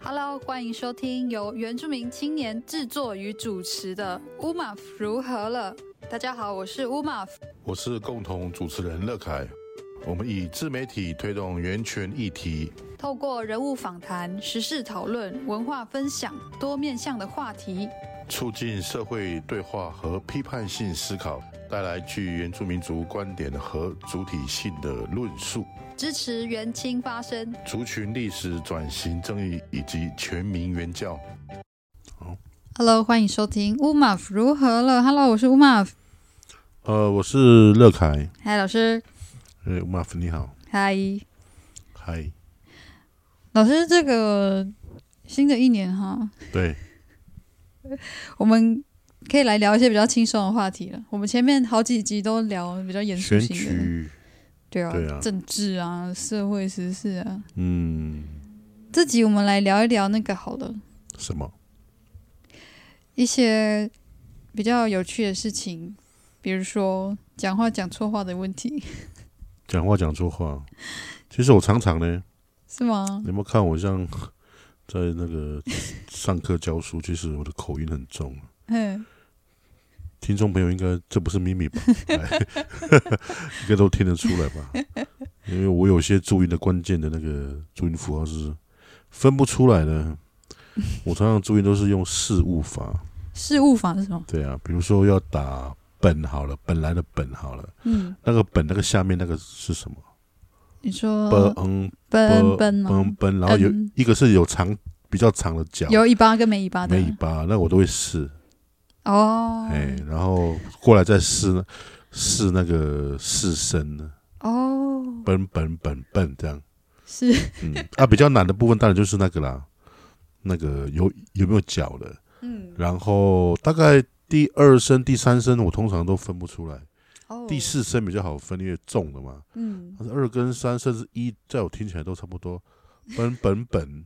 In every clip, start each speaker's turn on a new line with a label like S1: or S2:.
S1: Hello，欢迎收听由原住民青年制作与主持的《乌马夫如何了》。大家好，我是乌马夫。
S2: 我是共同主持人乐凯。我们以自媒体推动源泉议题，
S1: 透过人物访谈、时事讨论、文化分享多面向的话题，
S2: 促进社会对话和批判性思考，带来具原住民族观点和主体性的论述，
S1: 支持原青发声。
S2: 族群历史转型正义以及全民原教。
S1: Hello，欢迎收听《乌马夫如何了》。Hello，我是乌马夫。
S2: 呃，我是乐凯，
S1: 嗨，老师。
S2: 呃，马夫你好，
S1: 嗨，
S2: 嗨，
S1: 老师，这个新的一年哈，
S2: 对，
S1: 我们可以来聊一些比较轻松的话题了。我们前面好几集都聊比较严肃
S2: 选
S1: 性的。
S2: 举，
S1: 对啊，
S2: 对啊
S1: 政治啊，社会时事啊。
S2: 嗯，
S1: 这集我们来聊一聊那个好了，
S2: 什么？
S1: 一些比较有趣的事情，比如说讲话讲错话的问题，
S2: 讲话讲错话。其实我常常呢，
S1: 是吗
S2: 你？有没有看我像 在那个 上课教书？其实我的口音很重啊。
S1: 嗯，
S2: 听众朋友应该这不是秘密吧？哎 应该都听得出来吧？因为我有些注音的关键的那个注音符号是分不出来的。我常常注音都是用事物法，
S1: 事务法是什么？
S2: 对啊，比如说要打本好了，本来的本好了，
S1: 嗯，
S2: 那个本那个下面那个是什么？
S1: 你说
S2: 奔嗯
S1: 奔奔
S2: 奔
S1: 吗？
S2: 奔，然后有
S1: 嗯
S2: 一个是有长比较长的角，
S1: 有尾巴跟没尾巴的
S2: 没尾巴，那我都会试，
S1: 哦
S2: 哎、然后过来再试试那个试声呢，
S1: 哦，
S2: 笨笨笨笨这样，
S1: 是
S2: 嗯，啊，比较难的部分当然就是那个啦，那个有有没有脚的，
S1: 嗯
S2: 然后大概第二声、第三声我通常都分不出来，
S1: 哦
S2: 第四声比较好分，因为重的嘛，
S1: 嗯
S2: 但是二跟三甚至一，在我听起来都差不多，笨笨笨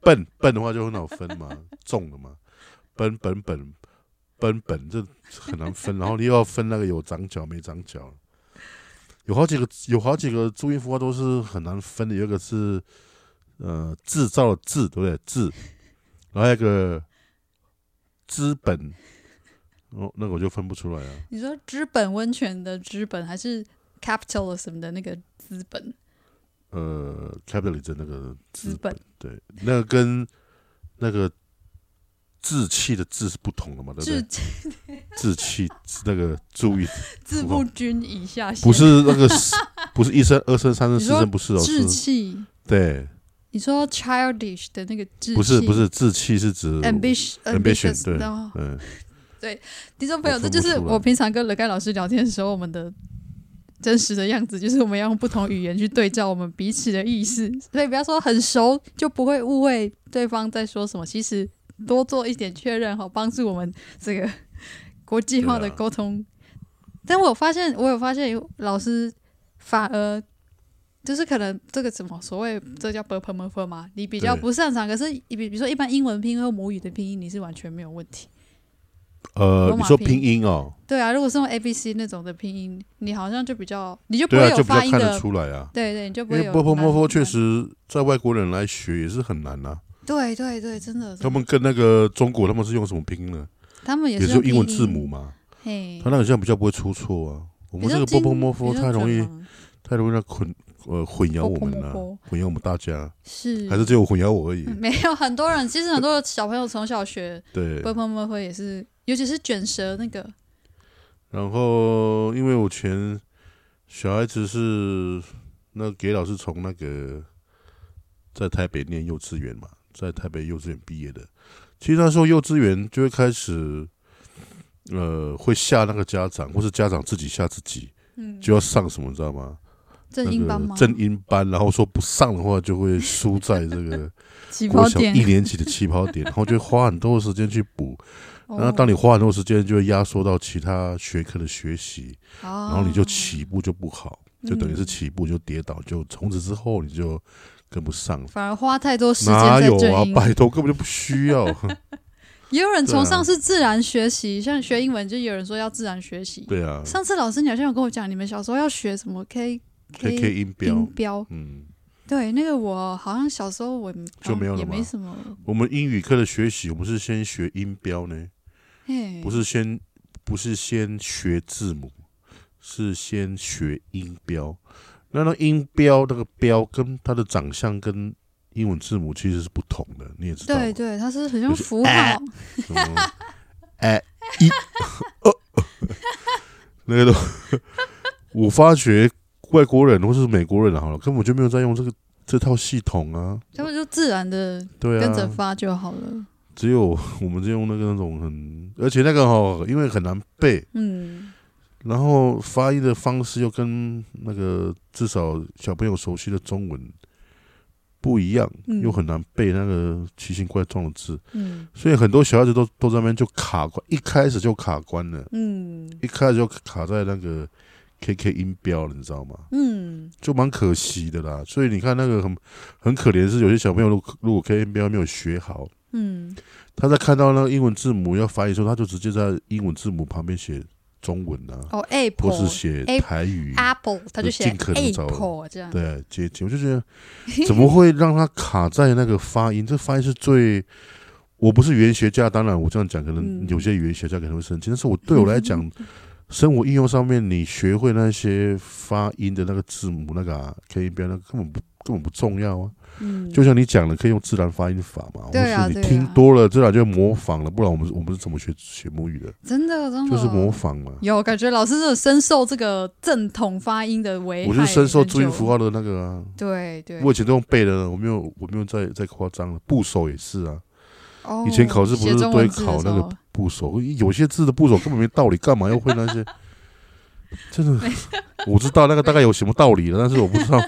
S2: 笨笨的话就很好分嘛， 重的嘛，笨笨笨笨笨这很难分，啊然后你又要分那个有长角没长角，有好几个有好几个注音符号都是很难分的，有一个是呃制造的制对不对制，然后还有一个资本，哦那个我就分不出来啊，
S1: 你说资本温泉的资本还是 capitalism 的那个资本
S2: 呃 capitalism 那个
S1: 资
S2: 资
S1: 本？
S2: 对，那个跟那个志气的志是不同的嘛，对不
S1: 至
S2: 对？志气那个注意，
S1: 字不均以下限，
S2: 不是 那个是不是一声、二声、三声、
S1: 你
S2: 四
S1: 说
S2: 声，不是哦，
S1: 志
S2: 是
S1: 气。
S2: 对，
S1: 你说 childish 的那个志气，
S2: 不是不是志气是指
S1: ambition
S2: ambition，
S1: ambitious
S2: 对
S1: 的
S2: 嗯，
S1: 听众朋友，这
S2: 我分不
S1: 就是
S2: 出来
S1: 我平常跟乐盖老师聊天的时候，我们的真实的样子，就是我们要用不同语言去对照我们彼此的意思，所以不要说很熟就不会误会对方在说什么。其实多做一点确认，好帮助我们这个国际化的
S2: 对啊
S1: 沟通。但我有发现，我有发现有老师反而就是可能这个怎么所谓这叫 b u r p e m f 嘛，你比较
S2: 对
S1: 不擅长，可是比比如说一般英文拼音或母语的拼音，你是完全没有问题。
S2: 呃
S1: 罗，
S2: 你
S1: 马
S2: 说
S1: 拼
S2: 拼音哦，
S1: 对啊，如果是用 A B C 那种的拼音，你好像就比较，你就不
S2: 对
S1: 会
S2: 啊，
S1: 有
S2: 就比
S1: 发
S2: 较
S1: 音
S2: 看
S1: 的，
S2: 得出来啊。
S1: 对对，你就不
S2: 因
S1: 会
S2: 为
S1: 有。
S2: 波波摩佛确，实，在外国人来学也是很难呐、啊
S1: 对对对，真的，
S2: 他们跟那个中国，他们是用什么拼呢？
S1: 他们也
S2: 也
S1: 是
S2: 是用英文字母，嘛。
S1: 嘿，
S2: 他那个像比较不会出错啊。我
S1: 比
S2: 们
S1: 较
S2: 这个波波摩佛
S1: 精
S2: 太容
S1: 比
S2: 易，
S1: 较准嘛
S2: 太容易让混呃混淆我们
S1: 啵啵
S2: 了、
S1: 啵
S2: 混淆我们大家，
S1: 是
S2: 还是只有混淆我而已。
S1: 嗯没有很多人，其实很多小朋友从小学
S2: 对，
S1: 波波摩会也是，尤其是卷舌那个，
S2: 然后因为我前小孩子是那给老师从那个在台北念幼稚园嘛，在台北幼稚园毕业的，其实那时候幼稚园就会开始。呃，会吓那个家长，或是家长自己吓自己，
S1: 嗯，
S2: 就要上什么，你知道吗？
S1: 正音班
S2: 那
S1: 吗？
S2: 个正音班，然后说不上的话，就会输在这个
S1: 起跑
S2: 国小
S1: 点
S2: 一，年级的起跑 点，然后就会花很多的时间去补。
S1: 哦
S2: 然后当你花很多时间，就会压缩到其他学科的学习，
S1: 哦
S2: 然后你就起步就不好，就等于是
S1: 嗯
S2: 起步就跌倒，就从此之后你就跟不上。
S1: 反而花太多时间
S2: 哪
S1: 在
S2: 有啊
S1: 正音，，
S2: 拜托根本就不需 要。
S1: 也有人崇
S2: 对啊
S1: 尚是自然学习，像学英文就有人说要自然学习，
S2: 对啊
S1: 上次老师你好像有跟我讲，你们小时候要学什么 K
S2: ，K K 音标
S1: 音，标，
S2: 嗯，
S1: 对，那个我好像小时候我们
S2: 就没有了
S1: 也
S2: 吗
S1: 没什么，
S2: 我们英语课的学习，我们是先学音标呢，
S1: 嘿，
S2: 不是先不是先学字母，是先学音标。那那音标那个标跟它的长相跟英文字母其实是不同的，你也知道嘛。
S1: 对对，它是很像
S2: 就是
S1: 符号，
S2: 哎什么哎一哦， 那个都，我发觉外国人或是美国人好了，根本就没有在用这个这套系统啊。
S1: 他们就自然的
S2: 对
S1: 跟着
S2: 啊，
S1: 发就好了。
S2: 只有我们就用那个那种很，而且那个哦，因为很难背，
S1: 嗯，
S2: 然后发音的方式又跟那个至少小朋友熟悉的中文不一样，
S1: 嗯
S2: 又啊很难背那个奇形怪状的字，
S1: 嗯
S2: 所以很多小孩子都都在那边就卡关，一开始就卡关了。
S1: 嗯
S2: 一开始就卡在那个 KK 音标了，你知道吗？
S1: 嗯，
S2: 就蛮可惜的啦。所以你看那个很很可怜，是有些小朋友如果如果 KK 音标没有学好，
S1: 嗯，
S2: 他在看到那个英文字母要翻译的时候，他就直接在英文字母旁边写中文啊，
S1: 哦哎
S2: 或是
S1: ，apple
S2: 写
S1: Apple，
S2: 台语。
S1: apple，他就写
S2: 尽可能找
S1: apple 这样，
S2: 对，接近我就觉得 怎么会让他卡在那个发音？这发音是最……我不是语言学家，当然我这样讲，可能
S1: 嗯
S2: 有些语言学家可能会生气，但是我对我 来讲，生活应用上面，你学会那些发音的那个字母，那个、啊、可以标，那根本不根本不重要啊。
S1: 嗯，
S2: 就像你讲的，可以用自然发音法嘛，或
S1: 对啊
S2: 是你
S1: 对啊
S2: 听多了，自然就模仿了，不然我们我们是怎么学学母语的？
S1: 真的真的
S2: 就是模仿嘛。
S1: 有感觉老师真的深受这个正统发音的危害，
S2: 我就是深受注音符，号的那个啊，
S1: 对对，
S2: 我以前都用背的，我没有我没有再再夸张了。部首也是啊，
S1: 哦
S2: 以前考试不是
S1: 写中
S2: 都会
S1: 文字的
S2: 考那
S1: 时
S2: 个
S1: 候
S2: 部首，有些字的部首根本没道理，干嘛要会那些？ 真的，我知道那个大概有什么道理了，但是我不知道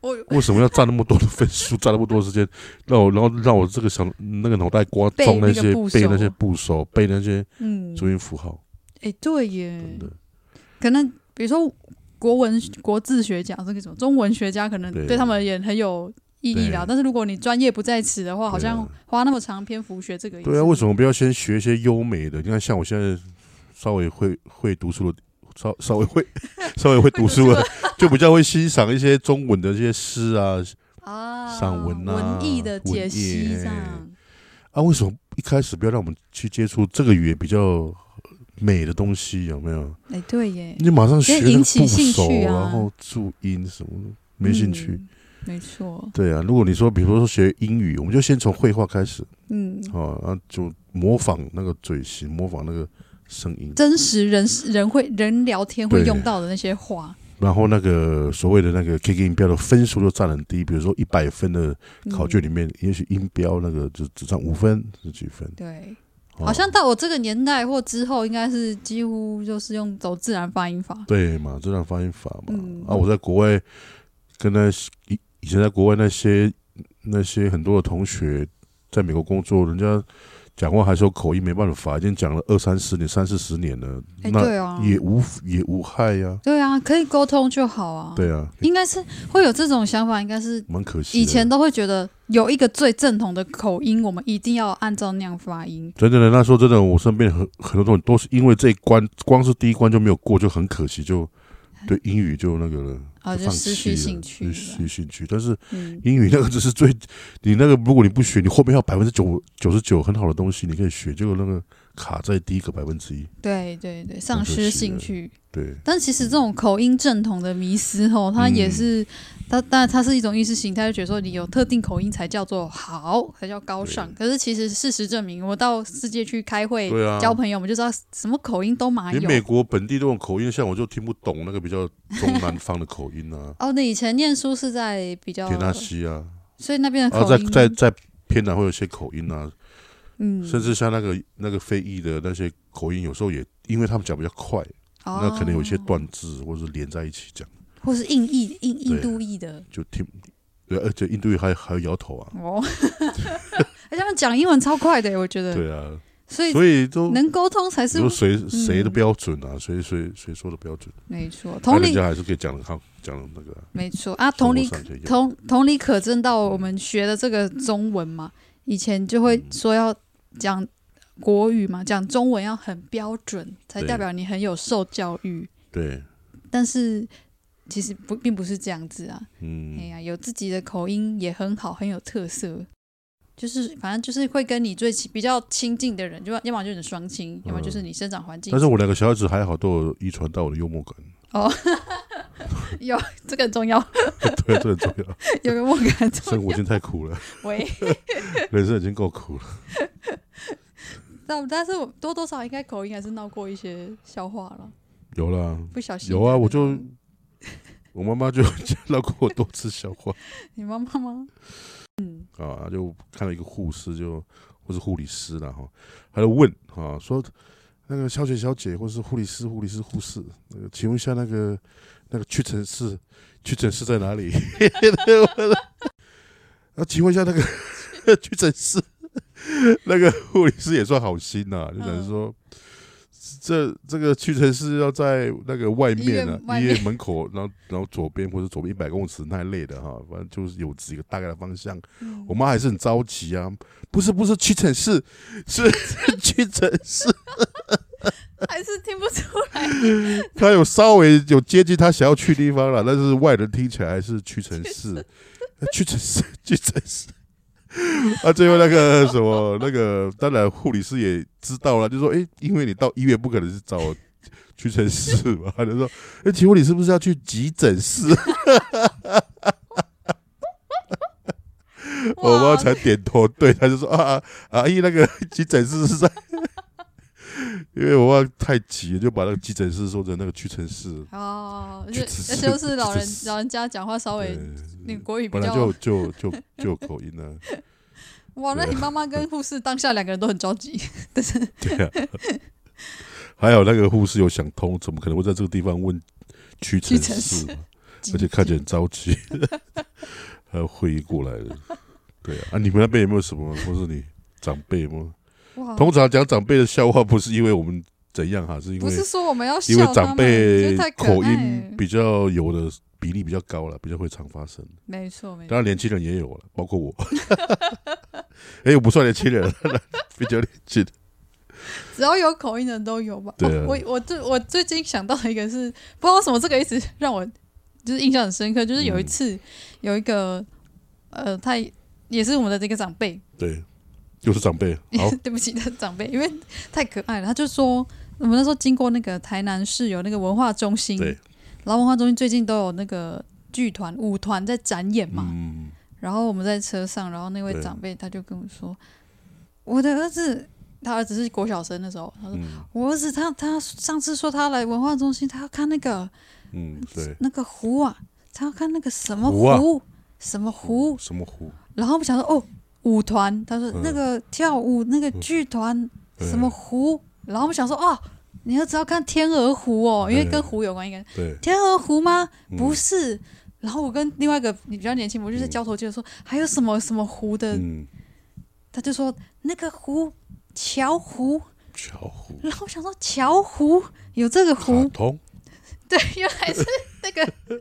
S1: 我
S2: 为什么要占那么多的分数，占那么多时间，让我然后让我这个想那个脑袋瓜
S1: 背
S2: 中那
S1: 那个
S2: 些
S1: 部首
S2: 背那些部首，背那些
S1: 嗯，
S2: 注音符号，
S1: 哎，对耶，
S2: 真的。
S1: 可能比如说国文国字学家这个什么中文学家，可能
S2: 对
S1: 对他们也很有意义啦
S2: 对。
S1: 但是如果你专业不在此的话，好
S2: 对
S1: 像
S2: 啊
S1: 花那么长篇幅学这个也是，
S2: 对啊，为什么不要先学一些优美的？你看，像我现在稍微会会读书的，稍稍微会 稍微会读书了，就比较会欣赏一些中文的一些诗啊
S1: 啊？
S2: 散文啊
S1: 文艺的解
S2: 文艺
S1: 析这样，
S2: 啊！为什么一开始不要让我们去接触这个语言比较美的东西？有没有？
S1: 哎，对耶，
S2: 你马上
S1: 可以
S2: 学那个
S1: 引起
S2: 部
S1: 兴
S2: 首，
S1: 趣啊
S2: 然后注音什么的，没兴趣。
S1: 嗯，没错，
S2: 对啊，如果你说，比如说学英语，我们就先从绘画开始
S1: 嗯，
S2: 哦，然后就模仿那个嘴型，模仿那个声音。
S1: 真实人人会人聊天会
S2: 对
S1: 用到的那些话，
S2: 然后那个所谓的那个 KK 音标的分数都占很低，比如说一百分的
S1: 嗯
S2: 考卷里面，也许音标那个就只占五分是几分，
S1: 对。
S2: 哦
S1: 好像到我这个年代或之后，应该是几乎就是用走自然发音法。
S2: 对嘛，这样发音法嘛。
S1: 嗯
S2: 啊，我在国外跟那些以以前在国外那些那些很多的同学在美国工作，人家讲话还是有口音，没办法，已经讲了二三十年、三四十年了，
S1: 哎、
S2: 那
S1: 对啊，
S2: 也无也无害呀、
S1: 对啊，可以沟通就好啊。，
S2: 对啊，
S1: 应该是会有这种想法，应该是
S2: 蛮可惜的。
S1: 以前都会觉得有一个最正统的口音，我们一定要按照那样发音。
S2: 真的，那时候真的，我身边很很多东西都是因为这一关，光是第一关就没有过，就很可惜，就对英语就那个了，
S1: 啊，哎就
S2: 放
S1: 失去
S2: 弃了，
S1: 兴趣
S2: 就
S1: 了。
S2: 失去兴趣。但是
S1: 嗯，
S2: 英语那个只是最，你那个如果你不学，你后面还有百分之九九十九很好的东西你可以学，结果那个卡在第一个百分之一。
S1: 对对对，丧
S2: 可
S1: 失
S2: 惜
S1: 兴
S2: 了
S1: 趣。
S2: 对，
S1: 但其实这种口音正统的迷思吼，它也
S2: 嗯
S1: 是，它当然它是一种意识形态，就觉得说你有特定口音才叫做好，才叫高尚。可是其实事实证明，我到世界去开会、
S2: 对啊
S1: 交朋友，我们就知道什么口音都马
S2: 连
S1: 有。，
S2: 美国本地这种口音，像我就听不懂那个比较中南方的口音啊
S1: 哦，你以前念书是在比较
S2: 田，纳西啊，
S1: 所以那边的
S2: 然后
S1: 口
S2: 在
S1: 音，
S2: 在在偏南会有一些口音啊，
S1: 嗯，
S2: 甚至像那个那个非裔的那些口音，有时候也因为他们讲比较快，
S1: 哦
S2: 那可能有一些断字或者是连在一起讲，
S1: 或是印裔、印
S2: 对
S1: 印度裔的
S2: 就听。对，而且印度语还还有摇头啊，
S1: 哦， 而且他们讲英文超快的，我觉得，
S2: 对啊，
S1: 所以
S2: 所以都
S1: 能沟通才
S2: 你
S1: 是
S2: 说谁谁的
S1: 嗯
S2: 标准啊，谁谁谁说的标准，
S1: 没错。
S2: 那
S1: 同
S2: 啊人
S1: 理
S2: 家，还是可以讲的好，讲的那个啊
S1: 没错啊，同理
S2: 生活上可以讲
S1: 同同理可证到我们学的这个中文嘛，以前就会说要讲国语嘛，讲中文要很标准，才
S2: 对
S1: 代表你很有受教育。
S2: 对，
S1: 但是其实不并不是这样子啊。哎
S2: 嗯，
S1: 呀，有自己的口音也很好，很有特色。就是反正就是会跟你最亲比较亲近的人，就要要么就是你双亲，要么就是你生长环境。
S2: 嗯但是我两个小孩子还好，都有遗传到我的幽默感，
S1: 哦，有这个很重要，
S2: 对，这很重要。
S1: 有幽默感很
S2: 生
S1: 重
S2: 活已
S1: 要。
S2: 经太苦 了，
S1: 喂，
S2: 人生已经够苦了。
S1: 但但是我多多少少应该口音还是闹过一些笑话了，
S2: 有啦，
S1: 不小心
S2: 有啊，
S1: 真的
S2: 我就我妈妈就 讲到过我多次笑话
S1: 你妈妈吗？嗯，
S2: 啊，她就看到一个护士就或是护理师啦哈，她就问啊说那个小姐小姐或是护理师护理师护士，那个请问一下那个那个屈臣氏屈臣氏在哪里？ 啊，请问一下那个屈臣氏那个护理师也算好心呐、就
S1: 嗯
S2: 等于说。这这个屈臣氏要在那个外面
S1: 医院外
S2: 啊，医
S1: 面
S2: 院门口，然后然后左边或者左边一百公尺那一类的哈，反正就是有几个大概的方向。我妈还是很着急啊，不是不是屈臣氏， 是屈臣氏，
S1: 还是听不出来。
S2: 她有稍微有接近她想要去的地方了，但是外人听起来还是屈臣氏，屈臣氏，屈臣氏。啊，最后那个什么，那个当然护理师也知道了，就说，哎、因为你到医院不可能是找屈臣氏嘛，他就说，哎、请问你是不是要去急诊室？我妈
S1: 哇
S2: 才点头，对，她就说啊啊阿姨，那个 急诊室是在， 因为我妈太急了，就把那个急诊室说成那个屈臣氏，
S1: 哦，而
S2: 就
S1: 且
S2: 只是
S1: 而且就是老人
S2: 就只是
S1: 老人家讲话稍微
S2: 对，
S1: 那个国语比
S2: 本来
S1: 较
S2: 就就就就有口音啊了，
S1: 哇，那
S2: 对
S1: 你妈妈跟护士当下两个人都很着急，
S2: 对啊。还有那个护士有想通，怎么可能会在这个地方问屈臣
S1: 屈臣
S2: 氏
S1: 氏
S2: 嘛？ 而且看起来很着急， 还有会议过来了。对啊，啊，你们那边有没有什么，或是你长辈吗？
S1: 哇，
S2: 通常讲长辈的笑话，不是因为我们怎样哈、是因
S1: 不
S2: 为
S1: 是说我们要
S2: 因为
S1: 笑他
S2: 长
S1: 们，
S2: 辈
S1: 就是太可
S2: 口
S1: 爱
S2: 音比较有的比例比较高了，比较会常发生。
S1: 没错没
S2: 当
S1: 错，
S2: 然，年轻人也有了，包括我。 哎、我不算年轻人， 比较年轻。
S1: 只要有口音的都有吧。
S2: 对啊
S1: 哦我我最我最近想到一个是，不知道为什么这个一直让我就是印象很深刻，就是有一
S2: 嗯
S1: 次、有一个呃，他也是我们的这个长辈，
S2: 对，又是长辈。 好，
S1: 对不起，他长辈，因为太可爱了，他就说我们那时候经过那个台南市有那个文化中心，
S2: 对
S1: 然后文化中心最近都有那个剧团舞团在展演嘛，
S2: 嗯，
S1: 然后我们在车上，然后那位
S2: 对
S1: 长辈他就跟我说，我的儿子，他儿子是国小生的时候，他说、
S2: 嗯
S1: 我儿子他他上次说他来文化中心，他要看那个
S2: 嗯，对。
S1: 那个湖啊，他要看那个什么
S2: 湖
S1: 湖，
S2: 啊
S1: 什么湖，
S2: 什么湖？
S1: 然后我们想说，哦，舞团，他说、
S2: 嗯
S1: 那个跳舞那个剧团、
S2: 嗯
S1: 什么湖，然后我们想说，哦，你儿子要看天鹅湖哦，因为跟湖有关，应该
S2: 对，
S1: 天鹅湖吗？
S2: 嗯
S1: 不是。然后我跟另外一个比较年轻，我就是交头接耳说、还有什么什么湖的，
S2: 嗯，
S1: 他就说那个湖桥湖，
S2: 巧湖，
S1: 然后我想说桥湖有这个
S2: 卡
S1: 湖，
S2: 通，
S1: 对，原来是那个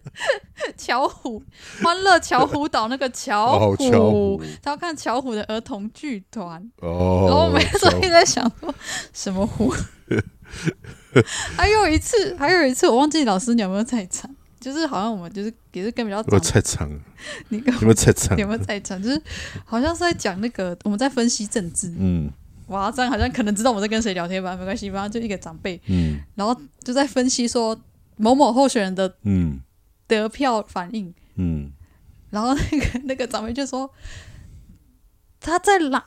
S1: 桥湖，欢乐桥湖岛那个桥
S2: 哦，巧湖，
S1: 他要看巧虎的儿童剧团，
S2: 哦，
S1: 然后我们
S2: 巧
S1: 所以在想说什么虎。 还有一次，还有一次，我忘记老师你有没有在场，就是好像我们就是也是跟比较
S2: 有没有
S1: 长，
S2: 菜场？有
S1: 你 跟
S2: 没有菜场
S1: 你？有没有在场，就是好像是在讲那个我们在分析政治。
S2: 嗯
S1: 哇，这样好像可能知道我在跟谁聊天吧，没关系，反正就一个长辈，
S2: 嗯
S1: 然后就在分析说某某候选人的
S2: 嗯
S1: 得票反应，
S2: 嗯，
S1: 然后那个那个长辈就说，他在蓝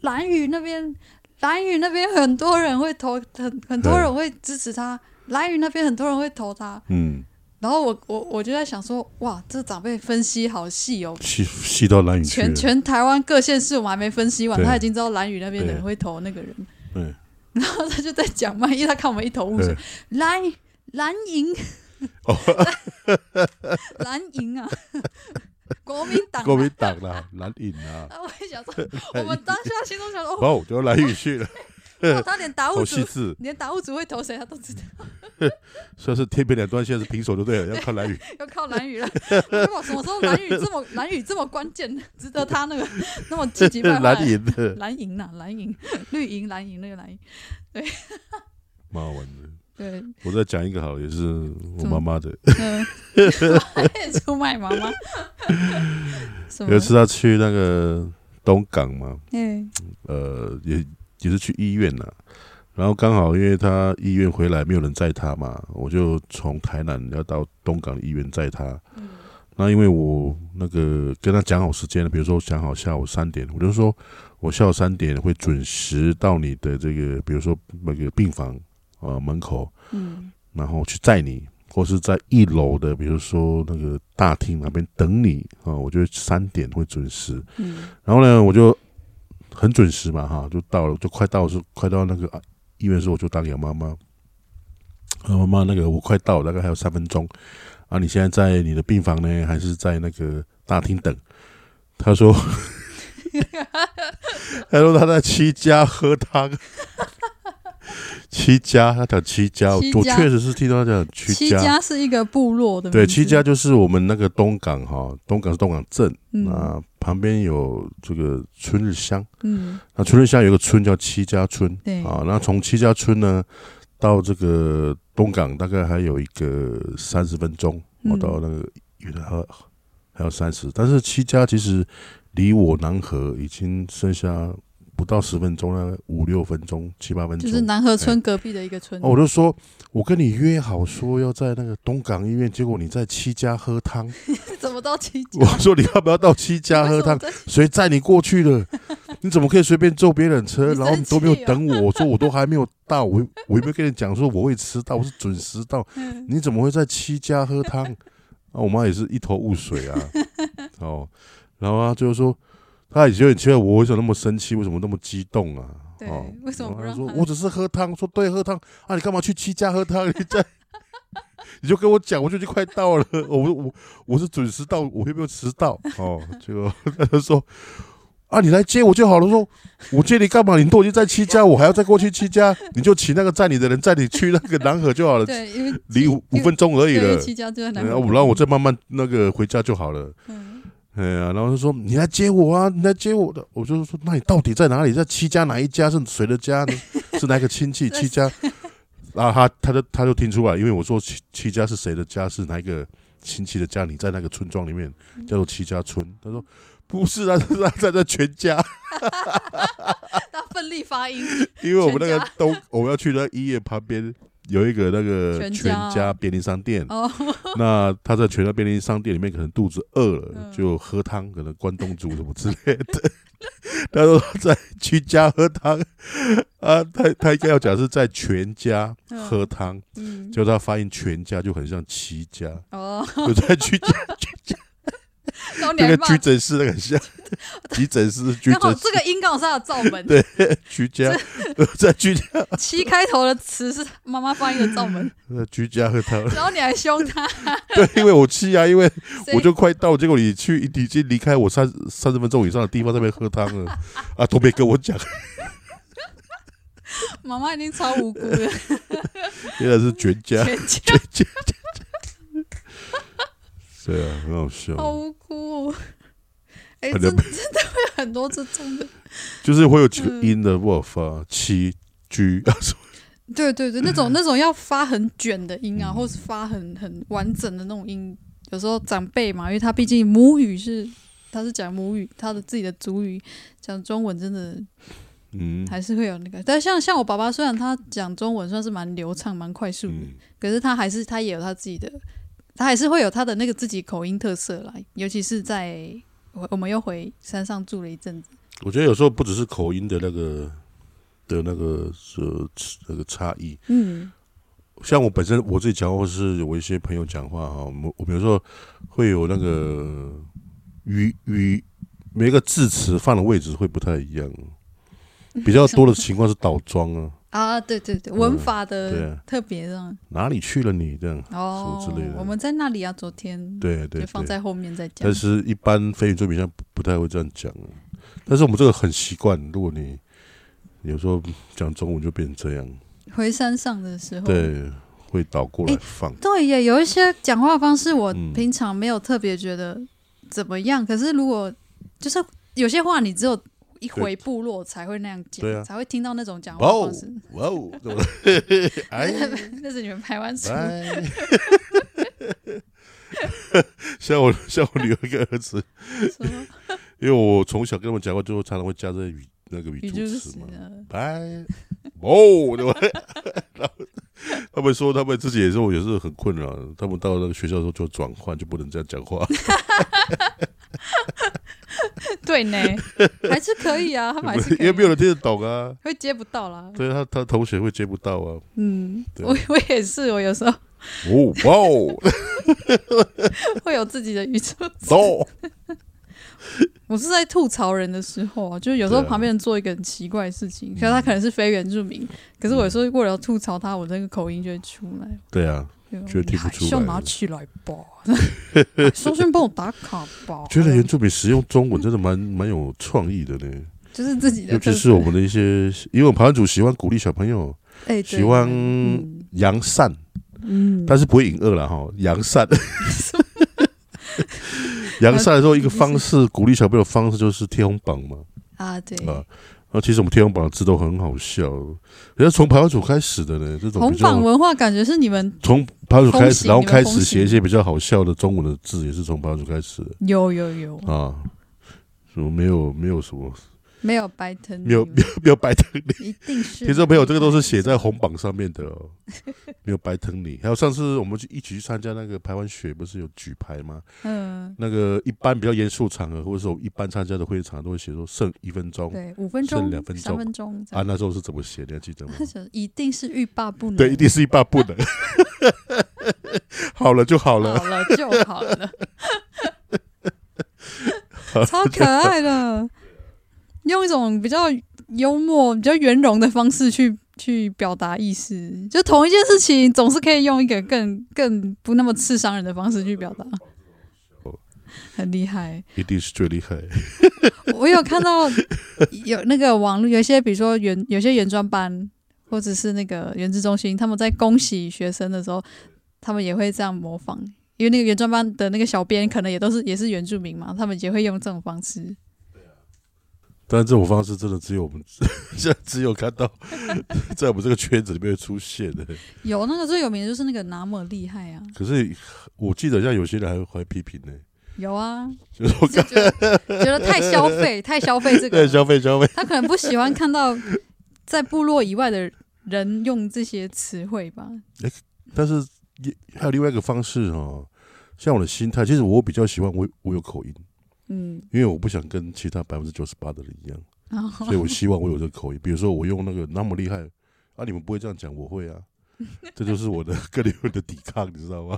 S1: 蓝屿那边，蓝屿那边很多人会投，很很多人会支持他，蓝屿那边很多人会投他。
S2: 嗯，
S1: 然后我我我就在想说，哇，这长辈分析好细哦，
S2: 细细到蓝雨去
S1: 全
S2: 了。
S1: 全台湾各县市我们还没分析完，
S2: 对
S1: 他已经知道蓝屿那边的人
S2: 对
S1: 会投那个人，
S2: 对
S1: 然后他就在讲嘛，因为他看我们一头雾水
S2: 对，，
S1: 蓝蓝营，
S2: 哦
S1: 蓝营啊， 国民 党啊、
S2: 国民党啦，蓝啊影啦，
S1: 然后我也想 说，
S2: 哎
S1: 我们当下心中想说， 哦，
S2: 哦，就蓝雨去了，
S1: 哇他连打
S2: 好
S1: 物
S2: 细
S1: 主，
S2: 致。
S1: 连打物主会投谁他都知道，
S2: 算是天平两端，现在是平手就对了，要 靠蓝雨。
S1: 要靠蓝 宇了。我就什么时候蓝宇这么蓝宇这么关键，值得他 那个那么积极败坏？
S2: 蓝银 的，
S1: 蓝银呐、啊，蓝银，绿银，蓝银那个蓝银，
S2: 蛮好玩的。
S1: 对，
S2: 我再讲一个好了，也是我妈妈的。
S1: 嗯，呃 出卖妈妈，什么
S2: 有一？次她去那个东港嘛，
S1: 哎，
S2: 呃，也也是去医院了。然后刚好因为她医院回来没有人载她嘛，我就从台南要到东港医院载她。那因为我那个跟她讲好时间了，比如说讲好下午三点，我就说我下午三点会准时到你的这个，比如说那个病房啊、呃门口，
S1: 嗯，
S2: 然后去载你，或是在一楼的，比如说那个大厅那边等你啊、我觉得三点会准时。
S1: 嗯，
S2: 然后呢，我就很准时嘛，哈，就到了，就快到是快到那个啊医院的时候，我就打给我妈妈，啊，妈妈，那个我快到了，大概还有三分钟，啊，你现在在你的病房呢，还是在那个大厅等？她说， 她说她在七家喝汤。七家，她讲七家，
S1: 七
S2: 我
S1: 家
S2: 确实是听到她讲七
S1: 七家是一个部落的名字，
S2: 对，七家就是我们那个东港哈，东港是东港镇，
S1: 嗯
S2: 那旁边有这个春日乡，
S1: 嗯，
S2: 那春日乡有个村叫七家村，
S1: 对，
S2: 啊，那从七家村呢到这个东港大概还有一个三十分钟，我、
S1: 嗯
S2: 到那个原来还有还有三十，但是七家其实离我南河已经剩下不到十分钟，大概五六分钟、七八分钟，
S1: 就是南河村隔壁的一个村
S2: 哦，，我就说，我跟你约好说要在那个东港医院，结果你在七家喝汤。
S1: 怎么到七家
S2: 我？说你要不要到七家喝
S1: 为什么
S2: 汤？
S1: 这
S2: 谁载你过去 了？你怎么可以随便坐别人车？
S1: 你
S2: 然后你
S1: 生
S2: 都没有
S1: 气哦
S2: 等我，我说我都还没有 到，我我有没有跟你讲说我会迟到？我是准时到，
S1: 嗯
S2: 你怎么会在七家喝汤？啊，我妈也是一头雾 水啊。哦，然后她就说，她也觉得很奇怪，我为什么那么生气，为什么那么激动啊？
S1: 对
S2: 哦，
S1: 为什么不
S2: 然
S1: 让
S2: 后她
S1: 他
S2: 说我只是喝汤，说对，喝汤啊，你干嘛去七家喝汤？你在， 你就跟我讲，我就已经快到了， 我我我是准时到，我有没有迟到？哦，结果他就说啊，你来接我就好了。说我接你干嘛？你都已经在七家，我还要再过去七家，你就请那个载你的人载你去那个南河就好了，
S1: 对，因为
S2: 离五
S1: 因
S2: 五
S1: 为
S2: 分钟而已
S1: 对因为
S2: 了。
S1: 七家就在南
S2: 然
S1: 河
S2: 后
S1: 村，
S2: 然后我再慢慢那个回家就好了。
S1: 嗯，
S2: 哎呀、然后他说你来接我啊，你来接我的，我就说那你到底在哪里？在七家哪一家是谁的家呢？是哪一个亲戚？七家，啊，他他就他就听出来，因为我说七七家是谁的家，是哪一个亲戚的家？你在那个村庄里面叫做七家村。他说不是啊，是啊，在在全家，
S1: 他奋力发 音，
S2: 因为我们那
S1: 全
S2: 个
S1: 家
S2: 东我们要去那医院旁边有一个那个
S1: 全
S2: 全
S1: 家
S2: 家便利商店，
S1: 哦，
S2: 那他在全家便利商店里面可能肚子饿了，
S1: 嗯
S2: 就喝汤，可能关东煮什么之类的。 他说他在居家喝汤，啊，他他应该要讲是在全家
S1: 嗯
S2: 喝汤，
S1: 嗯，
S2: 结果他发现全家就很像齐家，
S1: 哦，
S2: 就在居家
S1: 然后你
S2: 就
S1: 还
S2: 跟
S1: 骂
S2: 居，诊室那个很 像，急诊室居
S1: 刚好
S2: 诊室
S1: 这个音刚好是他的照门，
S2: 对居家， 在居家
S1: 七开头的词是妈妈发音的照 门，
S2: 在居家喝汤，
S1: 然后你还凶他，
S2: 对，因为我气啊，因为
S1: 所以
S2: 我就快到，结果你去已经离开我三三十分钟以上的地方，在那边喝汤 了，啊，都没跟我讲。
S1: 妈妈已经超无辜 了，
S2: 啊原来是全家，
S1: 全家
S2: 对啊，很好笑，
S1: 好无辜、 哦。哎、
S2: 可
S1: 真真
S2: 能
S1: 的会很多这种的，
S2: 就是会有几个音
S1: 嗯
S2: 的不好发，七居，
S1: 对对对，那种那种要发很卷的音啊，
S2: 嗯
S1: 或是发很很完整的那种音，有时候长辈嘛，因为他毕竟母语是他是讲母语，他的自己的族语讲中文真的
S2: 嗯
S1: 还是会有那个。但像像我爸爸，虽然他讲中文算是蛮流畅、蛮快速的，
S2: 嗯，
S1: 可是他还是他也有他自己的，他还是会有他的那个自己口音特色啦。尤其是在我我们又回山上住了一阵子，
S2: 我觉得有时候不只是口音的那个的那个呃那个差异，
S1: 嗯，
S2: 像我本身我自己讲话，或是我一些朋友讲话哈，我们我们有时候会有那个语语每个字词放的位置会不太一样，比较多的情况是倒装啊，
S1: 啊，对对对，文法
S2: 对
S1: 的
S2: 啊
S1: 特别这样、
S2: 哪里去了你这样，
S1: 哦
S2: 什么之类的，
S1: 我们在那里啊，昨天
S2: 对对
S1: 就放
S2: 对。
S1: 在后面再讲
S2: 但。是一般非原住民像不不太会这样讲啊。但是我们这个很习惯，如果你有时候讲中文就变成这样，
S1: 回山上的时候，
S2: 对，会倒过来
S1: 诶
S2: 放。
S1: 对耶，有一些讲话方式我
S2: 嗯
S1: 平常没有特别觉得怎么样，可是如果就是有些话你只有一回部落才会那样讲，
S2: 对啊
S1: 才会听到那种讲
S2: 哇
S1: 话
S2: 哦
S1: 方式。
S2: 哇哦，对不对？ 哎，
S1: 那是你们台湾族，
S2: 拜。 像我像我女儿跟儿子，
S1: 什么
S2: 因为我从小跟他们讲话，就常常会加这语那个语
S1: 语
S2: 助
S1: 助
S2: 词
S1: 词
S2: 嘛。
S1: 啊？
S2: 拜，哦，对吧？ 然后他们说他们自己也是，我也是很困扰。他们到那个学校的时候就转换，就不能这样讲话，
S1: 对呢，还是可以 啊，他们还是可
S2: 因为没有
S1: 以，嗯
S2: 人听得懂啊。
S1: 会接不到啦。
S2: 对啊他，他同学会接不到啊。
S1: 嗯，
S2: 对
S1: 我 我也是，我有时候
S2: 哦，哇哦，
S1: 会有自己的语助词。
S2: 走，
S1: 我是在吐槽人的时候啊，就是有时候
S2: 对啊
S1: 旁边人做一个很奇怪的事
S2: 啊
S1: 情，可是他可能是非原住
S2: 嗯
S1: 民，可是我有时候为了要吐槽他，我那个口音就会出来。
S2: 对啊，觉得听不
S1: 海
S2: 出来
S1: 啸拿起来吧， 收讯帮我打卡吧。
S2: 觉得原住民使用中文真的蛮蛮有创意的呢。
S1: 就是自己的
S2: 尤
S1: 特色，
S2: 其是我们的一些，因为我们台湾组喜欢鼓励小朋友
S1: 哎，对
S2: 喜欢
S1: 嗯
S2: 扬善，
S1: 嗯，
S2: 但是不会引恶了哈，扬善。 扬善的时候，一个方式鼓励小朋友的方式就是贴红榜嘛，
S1: 啊，对，
S2: 啊，然后其实我们贴红榜的字都很好笑，人家从排湾组开始的呢，这种
S1: 红
S2: 比
S1: 榜
S2: 较
S1: 文化感觉是你们
S2: 从排湾组开
S1: 风
S2: 始，
S1: 行
S2: 然后
S1: 你们
S2: 开
S1: 风
S2: 始写一
S1: 行
S2: 些比较好笑的中文的字，也是从排湾组开始的
S1: 有有有
S2: 啊，什么没有没有什么
S1: 没有白藤，
S2: 没有没有没有白藤的
S1: 一定是
S2: 听众朋友，这个都是写在红榜上面 的哦，没有白疼你。还有上次我们去一起去参加那个排湾雪，不是有举牌吗？
S1: 嗯，
S2: 那个一般比较严肃场合，或者是我一般参加的会场，都会写说剩一分钟
S1: 对，五分
S2: 剩
S1: 钟
S2: 两分钟
S1: 三分钟这
S2: 啊。
S1: 样，
S2: 那时候是怎么写的？你还记得吗？
S1: 一定是欲罢不能，
S2: 对，一定是一半不 能。好了就好
S1: 好
S2: 了，
S1: 了就好 了，超可爱的，用一种比较幽默、比较圆融的方式去去表达意思，就同一件事情，总是可以用一个更更不那么刺伤人的方式去表达。很厉害，
S2: 一定是最厉害。
S1: 我有看到有那个网络，有一些比如说原有些原专班或者是那个原职中心，他们在恭喜学生的时候，他们也会这样模仿，因为那个原专班的那个小编可能也都是也是原住民嘛，他们也会用这种方式。
S2: 但这种方式真的只有我们， 现在只有看到 在我们这个圈子里面会出现的。
S1: 有那个最有名的就是那个拿么厉害啊，
S2: 可是我记得，像有些人还还批评呢，
S1: 有啊，
S2: 就是我
S1: 就觉得觉得太消费，太消费这
S2: 对
S1: 个，
S2: 消费消费，
S1: 他可能不喜欢看到在部落以外的人用这些词汇吧。
S2: 但是也还有另外一个方式哦，像我的心态，其实我比较喜欢我我有口音，
S1: 嗯，
S2: 因为我不想跟其他百分之九十八的人 一样，
S1: 然后
S2: 所以我希望我有这个口音。比如说我用那个那么厉害啊，你们不会这样讲，我会啊，这就是我的跟你们的抵抗，你知道吗？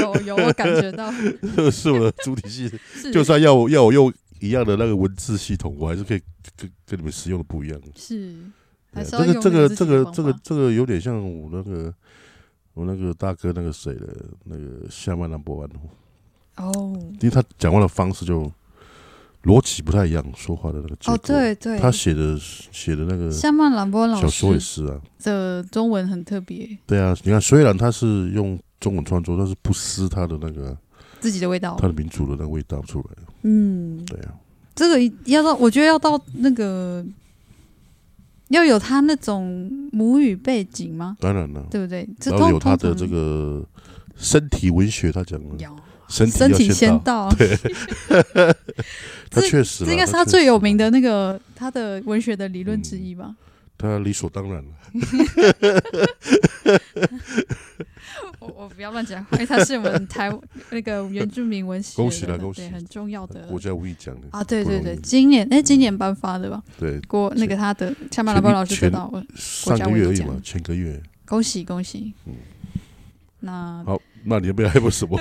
S1: 有有，我感觉到
S2: 这是我的主体性，
S1: 是
S2: 就算要我要我用一样的那个文字系统，我还是可以跟跟你们使用的不一样。
S1: 是，还
S2: 对啊
S1: 是
S2: 这
S1: 要
S2: 个
S1: 用
S2: 这个
S1: 你自
S2: 这
S1: 己的
S2: 个
S1: 方
S2: 这个
S1: 法
S2: 这个有点像我那个我那个大哥那个谁的那个夏曼兰博安哦。
S1: 哦
S2: 因为他讲话的方式就逻辑不太一样，说话的那个结构。
S1: 哦，对对，
S2: 他写的写的那个
S1: 夏曼兰波老
S2: 小说也
S1: 师
S2: 是啊，
S1: 的中文很特别，
S2: 对啊，你看，虽然他是用中文创作，但是不失他的那个
S1: 自己的味道
S2: 他。的民族的那个味道出来。
S1: 嗯，
S2: 对啊，
S1: 这个一要到，我觉得要到那个要有他那种母语背景吗？
S2: 当然了，
S1: 对不对？这
S2: 然
S1: 都
S2: 后有他的
S1: 通常
S2: 这个身体文学，他讲了，
S1: 有
S2: 身体
S1: 身体
S2: 要
S1: 先
S2: 到，
S1: 到，
S2: 他确实啦，
S1: 这应该是他
S2: 确
S1: 最
S2: 实
S1: 有
S2: 啦
S1: 名，的那个他的文学的理论之一吧。
S2: 他理所当然了。
S1: 我我不要乱讲话，因为他是我们台那个原住民文学的，
S2: 恭喜啦恭喜
S1: 对，很重要的
S2: 国家无意讲的，
S1: 啊，对对
S2: 不容
S1: 对
S2: 易，嗯
S1: 今年哎，今年颁发的吧？
S2: 对，
S1: 国那个他的夏曼拉邦老师得
S2: 前
S1: 到，我
S2: 上
S1: 家
S2: 个
S1: 无意
S2: 月而已
S1: 讲
S2: 嘛，前个月。
S1: 恭喜恭喜。
S2: 嗯
S1: 那
S2: 好，那你有没有还有什么？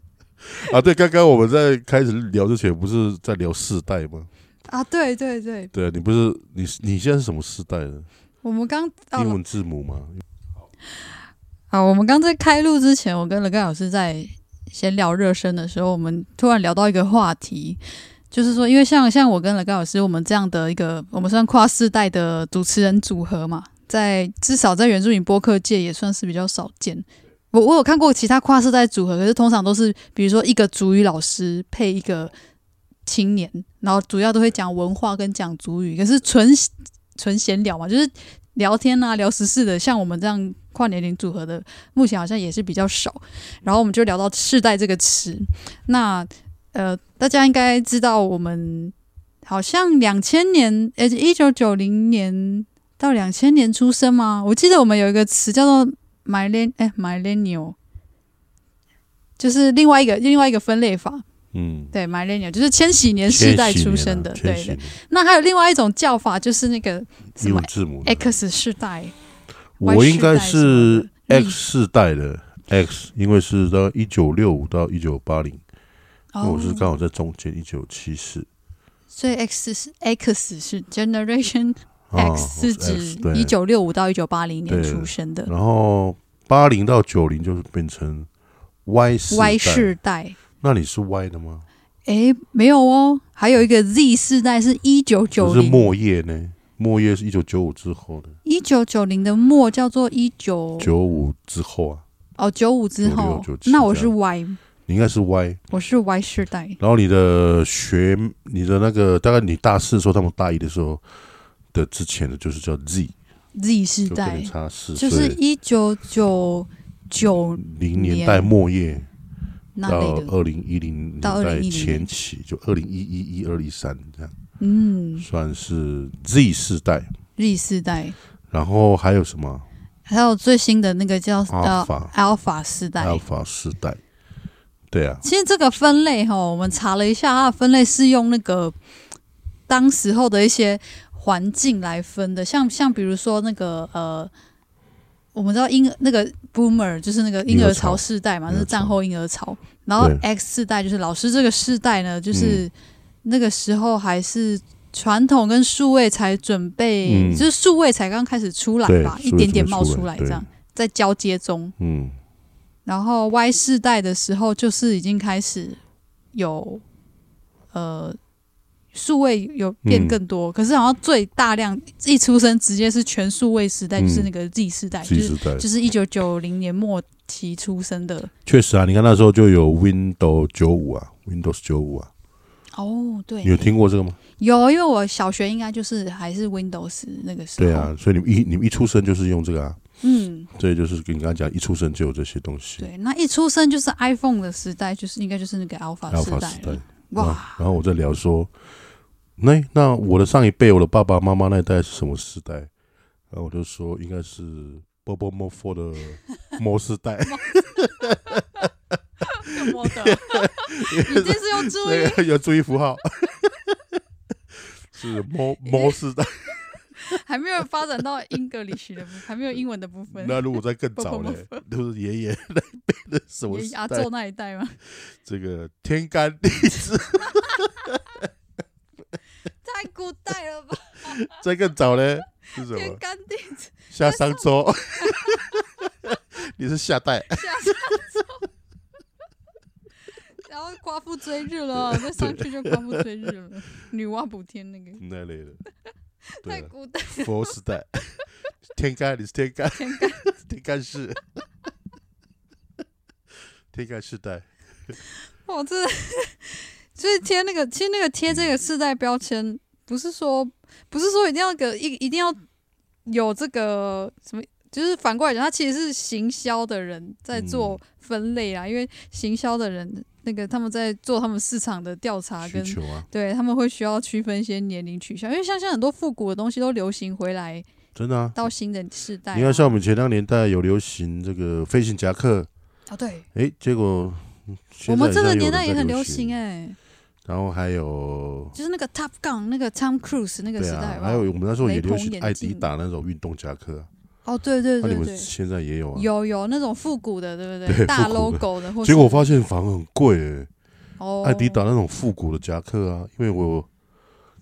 S2: 啊，对，刚刚我们在开始聊之前，不是在聊世代吗？
S1: 啊，对对对，
S2: 对啊，你不是你你现在是什么世代的？
S1: 我们刚哦到
S2: 英
S1: 了
S2: 文字母吗？
S1: 好，我们刚在开录之前，我跟乐盖老师在闲聊热身的时候，我们突然聊到一个话题，就是说，因为像像我跟乐盖老师，我们这样的一个，我们算跨世代的主持人组合嘛，在至少在原住民播客界也算是比较少见。我我有看过其他跨世代组合，可是通常都是比如说一个主语老师配一个青年，然后主要都会讲文化跟讲族语，可是纯纯闲聊嘛，就是聊天啊，聊时事的，像我们这样跨年龄组合的，目前好像也是比较少。然后我们就聊到“世代”这个词，那呃，大家应该知道，我们好像两千年，呃，一九九零年到两千年出生吗？我记得我们有一个词叫做 “milen”，哎，millennial，就是另外一个另外一个分类法，
S2: 嗯，
S1: 对，millennial 就是千禧年世代出生的，
S2: 千
S1: 对
S2: 禧年
S1: 的
S2: 啊。
S1: 那还有另外一种叫法，就是那个
S2: 千禧
S1: 什
S2: 英
S1: 么
S2: 文字母的，
S1: X 世代，
S2: 我应该
S1: Y 世
S2: 是
S1: 代什么的
S2: X 世代的 X，因为是到一九六五到一九八零，那
S1: 哦，
S2: 我是刚好在中间一九七四。
S1: 所以 X 是 X 是 Generation
S2: 啊
S1: X
S2: 我
S1: 是
S2: 是
S1: 指
S2: X，对
S1: 一九六五到一九八零年
S2: 对
S1: 出生的
S2: 然后八零到九零就是变成 Y 世
S1: Y
S2: 代
S1: 世代。
S2: 那你是 Y 的吗？
S1: 诶，没有哦，还有一个 Z 世代是一九九
S2: 就是
S1: 零，
S2: 末叶呢？末叶是一九九五之后的，
S1: 一九九零的末叫做一九
S2: 九五之后啊，
S1: 哦九五之后
S2: 96 97，
S1: 那我是
S2: 这
S1: Y，
S2: 你应该是 Y。
S1: 我是 Y 世代。
S2: 然后你的学，你的那个大概你大四的时候，他们大一的时候的之前的就是叫 Z，
S1: Z 世
S2: 就跟
S1: 代
S2: 你，差四岁，
S1: 就是一九九九
S2: 零年代末叶
S1: 那
S2: 到
S1: 类的，
S2: 二零一零年
S1: 到
S2: 代
S1: 2010
S2: 前期，就二零一一一二一三这样，
S1: 嗯
S2: 算是 Z 世代。
S1: ，Z 世代，
S2: 然后还有什么
S1: 还有最新的那个叫呃
S2: Alpha
S1: Alpha 世代，
S2: Alpha 世代？对啊，
S1: 其实这个分类哈，我们查了一下，它的分类是用那个当时候的一些环境来分的，像像比如说那个呃，我们知道婴儿那个 boomer 就是那个婴儿潮世代嘛，
S2: 婴儿潮
S1: 就是战后婴儿潮，然后
S2: 对嗯
S1: X 世代就是老师这个世代呢，就是那个时候还是。传统跟数位才准备，
S2: 嗯
S1: 就是数位才刚开始出来
S2: 对
S1: 吧，，一
S2: 数位
S1: 点
S2: 怎
S1: 点
S2: 么
S1: 冒
S2: 出
S1: 出来，这
S2: 对
S1: 样在交接中。
S2: 嗯，
S1: 然后 Y 世代的时候，就是已经开始有呃数位有变
S2: 嗯
S1: 更多，可是好像最大量一出生直接是全数位时代，
S2: 嗯
S1: 就是那个 Z 世代，就
S2: Z
S1: 是
S2: 世代
S1: 就是一九九零年末期出生的。
S2: 确实啊，你看那时候就有 Windows 九五啊，Windows 九五啊，
S1: 哦，对
S2: 你，有听过这个吗？
S1: 有，因为我小学应该就是还是 Windows 那个时候，
S2: 对啊，所以你们一你们一出生就是用这个啊，
S1: 嗯，
S2: 这就是跟你刚刚讲，一出生就有这些东西。
S1: 对，那一出生就是 iPhone 的时代，就是应该就是那个 Alpha 时
S2: Alpha
S1: 代
S2: 时代
S1: 了，，
S2: 啊
S1: 哇，
S2: 然后我在聊说，那、那我的上一辈，我的爸爸妈妈那一代是什么时代？然后我就说应该是 Bobo Mo Four 的魔时代，
S1: 用摸的，一定是用注音
S2: 那个有注意符号， 是 魔魔时代。
S1: 还没有发展到 English 的部分，还没有英文的部分。
S2: 那如果再更
S1: Bobo
S2: 早
S1: Mo
S2: 嘞，就是爷爷那一辈的什么
S1: 也
S2: 时
S1: 亚
S2: 代
S1: 洲？那一带吗？
S2: 这个天干地支，
S1: 太古代了 吧！
S2: 再更早嘞是什
S1: 天
S2: 么？
S1: 干地支，
S2: 夏商周， 你是夏代，
S1: 下山走然后夸父追日了，再上去就夸父追日了，女娲补天那个，
S2: 那类的，对啊
S1: 太
S2: 了，
S1: 古代
S2: 佛时代，天干，你是天干，
S1: 天干。
S2: 天干世， 天干世代，
S1: 我真的，就是贴那个，其实那个贴这个世代标签，不是说不是说一定要个一一定要有这个什么，就是反过来讲，他其实是行销的人在做
S2: 嗯
S1: 分类啊，因为行销的人那个他们在做他们市场的调查
S2: 需
S1: 跟。
S2: 求啊，
S1: 对，他们会需要区分一些年龄取向，因为像像很多复古的东西都流行回来
S2: 真的啊。
S1: 到新的世代、啊。
S2: 你看，像我们前两年代有流行这个飞行夹克，
S1: 哦，对，
S2: 诶，结果嗯现
S1: 我们
S2: 在
S1: 这
S2: 好
S1: 个
S2: 像有
S1: 年
S2: 人
S1: 代也
S2: 在
S1: 很
S2: 流
S1: 流行哎、
S2: 然后还有
S1: 就是那个 Top Gun 那个 Tom Cruise 那个
S2: 对
S1: 时代
S2: 啊
S1: 有，没
S2: 还
S1: 有
S2: 有我们那时候也
S1: 雷
S2: 流
S1: 朋
S2: 行
S1: 眼
S2: 艾迪
S1: 镜
S2: 达那种运动夹克啊，
S1: 哦，对对
S2: 那
S1: 对
S2: 你们
S1: 对，
S2: 现在也有啊？
S1: 有有那种复古的，对不对？
S2: 对
S1: 大
S2: 复古的
S1: logo 的，或
S2: 结果我
S1: 是
S2: 发现反而很贵诶。
S1: 哦，
S2: 艾迪达那种复古的夹克啊，因为我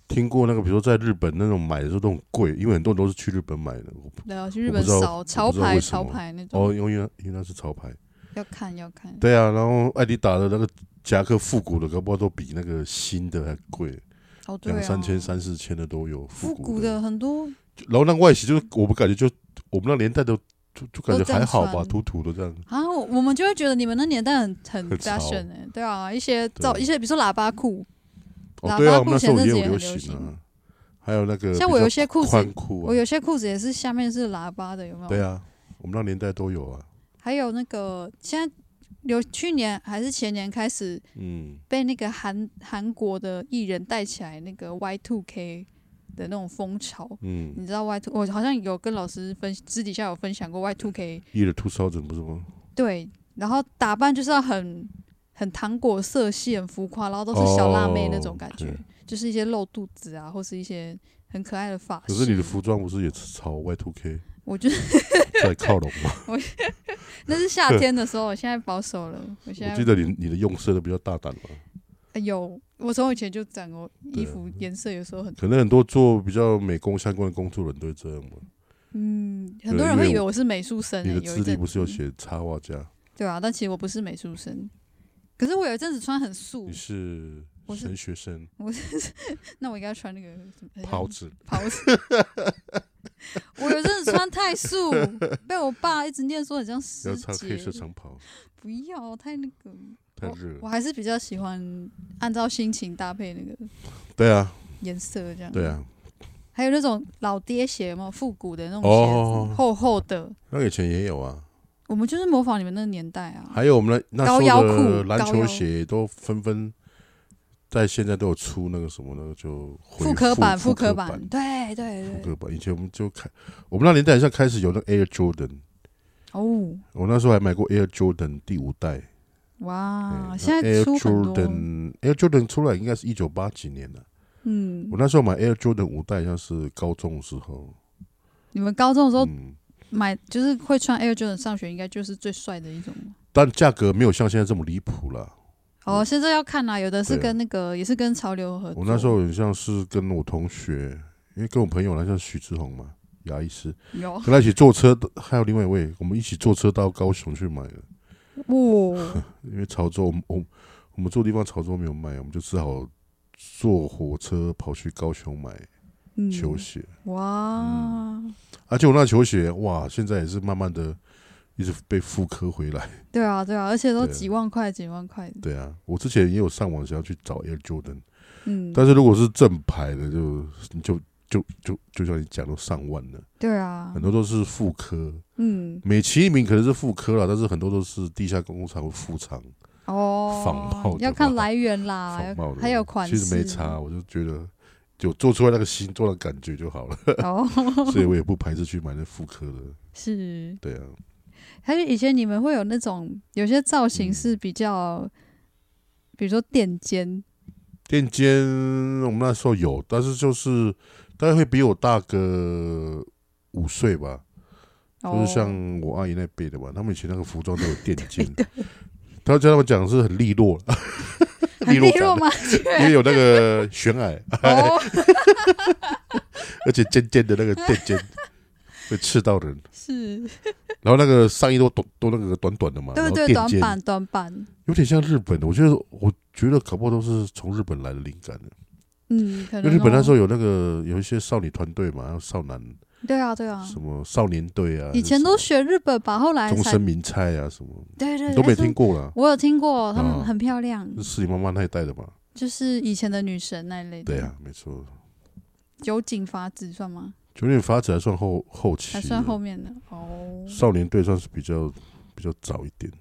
S2: 听过那个，比如说在日本那种买的时候都很贵，因为很多人都是去日本买的。我不
S1: 对啊，去日
S2: 我
S1: 本
S2: 不知道
S1: 扫
S2: 我
S1: 潮
S2: 不知道
S1: 牌
S2: 为什
S1: 潮
S2: 么
S1: 牌那种，
S2: 哦，因为因为那是潮牌。
S1: 要看要看。
S2: 对啊，然后艾迪达的那个夹克复古的，搞不好都比那个新的还贵，
S1: 哦，对
S2: 两
S1: 啊，
S2: 三千、三四千的都有
S1: 复
S2: 古
S1: 古的很多，
S2: 就然后那个外形就是我们感觉就我们那年代都就就感
S1: 都
S2: 觉
S1: 这样
S2: 还好吧，
S1: 穿
S2: 土土的这样。
S1: 啊，我我们就会觉得你们那年代很很欸
S2: 很潮
S1: fashion 哎、对啊，一些造
S2: 对
S1: 一些比如说喇叭裤，
S2: 哦，
S1: 喇
S2: 对啊，
S1: 叭
S2: 我们那
S1: 裤
S2: 时
S1: 前
S2: 候
S1: 阵
S2: 也
S1: 子
S2: 有
S1: 也很流
S2: 行
S1: 行
S2: 啊，还有那个
S1: 像
S2: 呃比
S1: 我有
S2: 较
S1: 些裤子
S2: 宽裤
S1: 我
S2: 啊，
S1: 有些裤子也是下面是喇叭的，有没有？
S2: 对啊，我们那年代都有啊，
S1: 还有那个现在有去年还是前年开始
S2: 嗯，
S1: 被那个韩韩国的艺人带起来那个 Y two K 的那种风潮。
S2: 嗯，
S1: 你知道 Y two，我好像有跟老师分私底下有分享过 Y two K，
S2: 一的吐槽怎么不是吗？
S1: 对，然后打扮就是要很很糖果色系、很浮夸，然后都是小辣妹那种感觉，
S2: 哦对
S1: 就是一些露肚子啊，或是一些很可爱的发
S2: 可
S1: 型。
S2: 是你的服装不是也是朝 Y two K
S1: 我觉得
S2: 在靠拢吗？
S1: 那是 夏天的时候，我现在保守了。我 现
S2: 我
S1: 在
S2: 记得你你的用色都比较大胆嘛，
S1: 哎有，我从以前就讲过，
S2: 对嗯
S1: 衣服颜色有时候很，
S2: 可能很多做比较美工相关的工作人都会这样嘛。
S1: 嗯，很
S2: 对
S1: 多人
S2: 因为
S1: 会以为
S2: 我
S1: 我是美术生、欸，
S2: 你的
S1: 有
S2: 资
S1: 一
S2: 历
S1: 阵
S2: 不是有
S1: 子
S2: 写插画家？
S1: 对啊，但其实我不是美术生，可是我有一阵子穿很素
S2: 你，是
S1: 嗯我是
S2: 神学生
S1: 我是那我应该穿那个什么
S2: 袍子，
S1: 袍子。我有阵子穿太素，被我爸一直念说很像
S2: 要
S1: 师
S2: 穿黑色
S1: 姐。
S2: 长袍，
S1: 不要太那个，
S2: 太热
S1: 我
S2: 了。
S1: 还是比较喜欢按照心情搭配那个
S2: 对啊，
S1: 颜色这样。
S2: 对啊，
S1: 还有那种老爹鞋嘛，复古的那种鞋子，
S2: 哦
S1: 厚厚的。
S2: 那以前也有啊。
S1: 我们就是模仿你们那个年代啊。
S2: 还有我们那那
S1: 高
S2: 时
S1: 腰
S2: 候
S1: 裤
S2: 的篮
S1: 高
S2: 球
S1: 腰
S2: 鞋都纷纷在现在都有出那个什么那个就回
S1: 复刻版，
S2: 复
S1: 刻
S2: 刻
S1: 版，对对
S2: 复
S1: 对，
S2: 刻版。以前我们就开，我们那年代好像开始有那个 Air Jordan，
S1: 哦，
S2: 我那时候还买过 Air Jordan 第五代。
S1: 哇，
S2: 对
S1: 现
S2: 那
S1: 在
S2: Air
S1: 出很多，
S2: Jordan Air Jordan 出来应该是一九八几年的。
S1: 嗯
S2: 我，那时候买 Air Jordan 五代，像是高中的时候。
S1: 你们高中的时候
S2: 嗯，
S1: 买，就是会穿 Air Jordan 上学，应该就是最帅的一种了。
S2: 但价格没有像现在这么离谱了。
S1: 哦，现在要看啦，有的是
S2: 对啊
S1: 跟那个也是跟潮流合作。
S2: 我那时候很像是跟我同学，因为跟我朋友呢，像许志宏嘛，牙医师，
S1: 有
S2: 跟他一起坐车的，还有另外一位，我们一起坐车到高雄去买的，
S1: 哇，
S2: 因为潮州，我们我们我们住的地方潮州没有卖，我们就只好坐火车跑去高雄买
S1: 嗯
S2: 球鞋。嗯
S1: 哇，
S2: 而且我那球鞋，哇，现在也是慢慢的一直被复刻回来。
S1: 对啊对啊，而且都
S2: 对
S1: 几万块几万块的，
S2: 对啊，我之前也有上网想要去找 Air Jordan，
S1: 嗯，
S2: 但是如果是正牌的，就就就就就像你讲，都上万了，
S1: 对啊
S2: 很，多都是复刻，
S1: 嗯，
S2: 美其名可能是复刻了，但是很多都是地下工厂或副厂
S1: 哦，
S2: 仿冒的
S1: 要看
S2: 吧
S1: 来源啦，
S2: 仿
S1: 要
S2: 冒
S1: 啊
S2: 的，
S1: 还有款
S2: 其
S1: 式，
S2: 实没差，我就觉得就做出来那个形状的感觉就好了，
S1: 哦，
S2: 所以我也不排斥去买那复刻的。
S1: 是。
S2: 对啊，
S1: 还有以前你们会有那种有些造型
S2: 嗯
S1: 是比较，比如说垫肩，
S2: 垫肩我们那时候有，但是就是大概会比我大个五岁吧，就是
S1: 哦
S2: 像我阿姨那辈的吧，他们以前那个服装都有 垫肩，他叫他们讲是很利落，
S1: 很利
S2: 感
S1: 落吗？
S2: 也有那个悬矮，
S1: 哦，
S2: 而且尖尖的那个垫肩会刺到人。
S1: 是，
S2: 然后那个上衣都短都那个短短的嘛，
S1: 对
S2: 然后
S1: 对，
S2: 垫
S1: 短
S2: 肩
S1: 版短版，
S2: 有点像日本的，我觉得我觉得搞不好都是从日本来的灵感的，
S1: 嗯，可
S2: 因
S1: 能
S2: 为日本那
S1: 哦
S2: 时候有那个有一些少女团队嘛，还有少男
S1: 对啊，对啊，
S2: 什么少年队啊，
S1: 以前都学日本吧，后来
S2: 中
S1: 才
S2: 森明菜啊什么，
S1: 对对
S2: 你
S1: 对，
S2: 都没
S1: 还是
S2: 听过啦，
S1: 我有听过，她们
S2: 啊
S1: 很漂亮，
S2: 是你妈妈那一代的嘛？
S1: 就是以前的女神那一类的。
S2: 对，啊，没错，
S1: 酒井法子算吗？
S2: 九点发展还算后后期
S1: 还
S2: 的，
S1: 算后面
S2: 啊
S1: 的哦。
S2: 少年队算是比较比较早一点，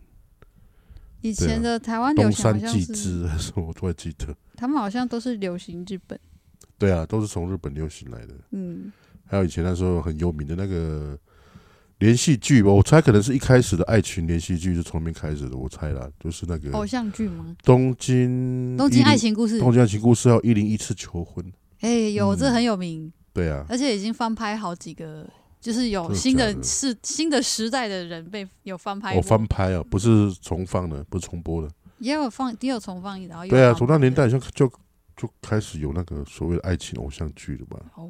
S1: 以前的台湾流
S2: 啊东
S1: 行好
S2: 山
S1: 像
S2: 纪
S1: 是，
S2: 之还是什么，我突然记得，
S1: 他们好像都是流行日本，
S2: 对啊，都是从日本流行来的。
S1: 嗯，
S2: 还有以前那时候很有名的那个连续剧吧，我猜可能是一开始的爱情连续剧是从那边开始的，我猜啦，就是那个
S1: 偶
S2: 《
S1: 像剧吗？
S2: 东京
S1: 东京
S2: 101
S1: 爱情故事，
S2: 嗯东京爱情故事》还有《一零一次求婚》，
S1: 哎，有
S2: 嗯
S1: 这很有名，
S2: 对啊，
S1: 而且已经翻拍好几个，就是有
S2: 真的
S1: 新
S2: 假
S1: 的
S2: 的
S1: 是新的时代的人被有翻拍
S2: 我
S1: 过，
S2: 翻拍啊，不是重放的，不是重播的，
S1: 也有放也有重放，然后也有
S2: 对啊，
S1: 翻
S2: 从那
S1: 拍
S2: 年
S1: 的
S2: 代就就就开始有那个所谓的爱情偶像剧了吧？
S1: 哦，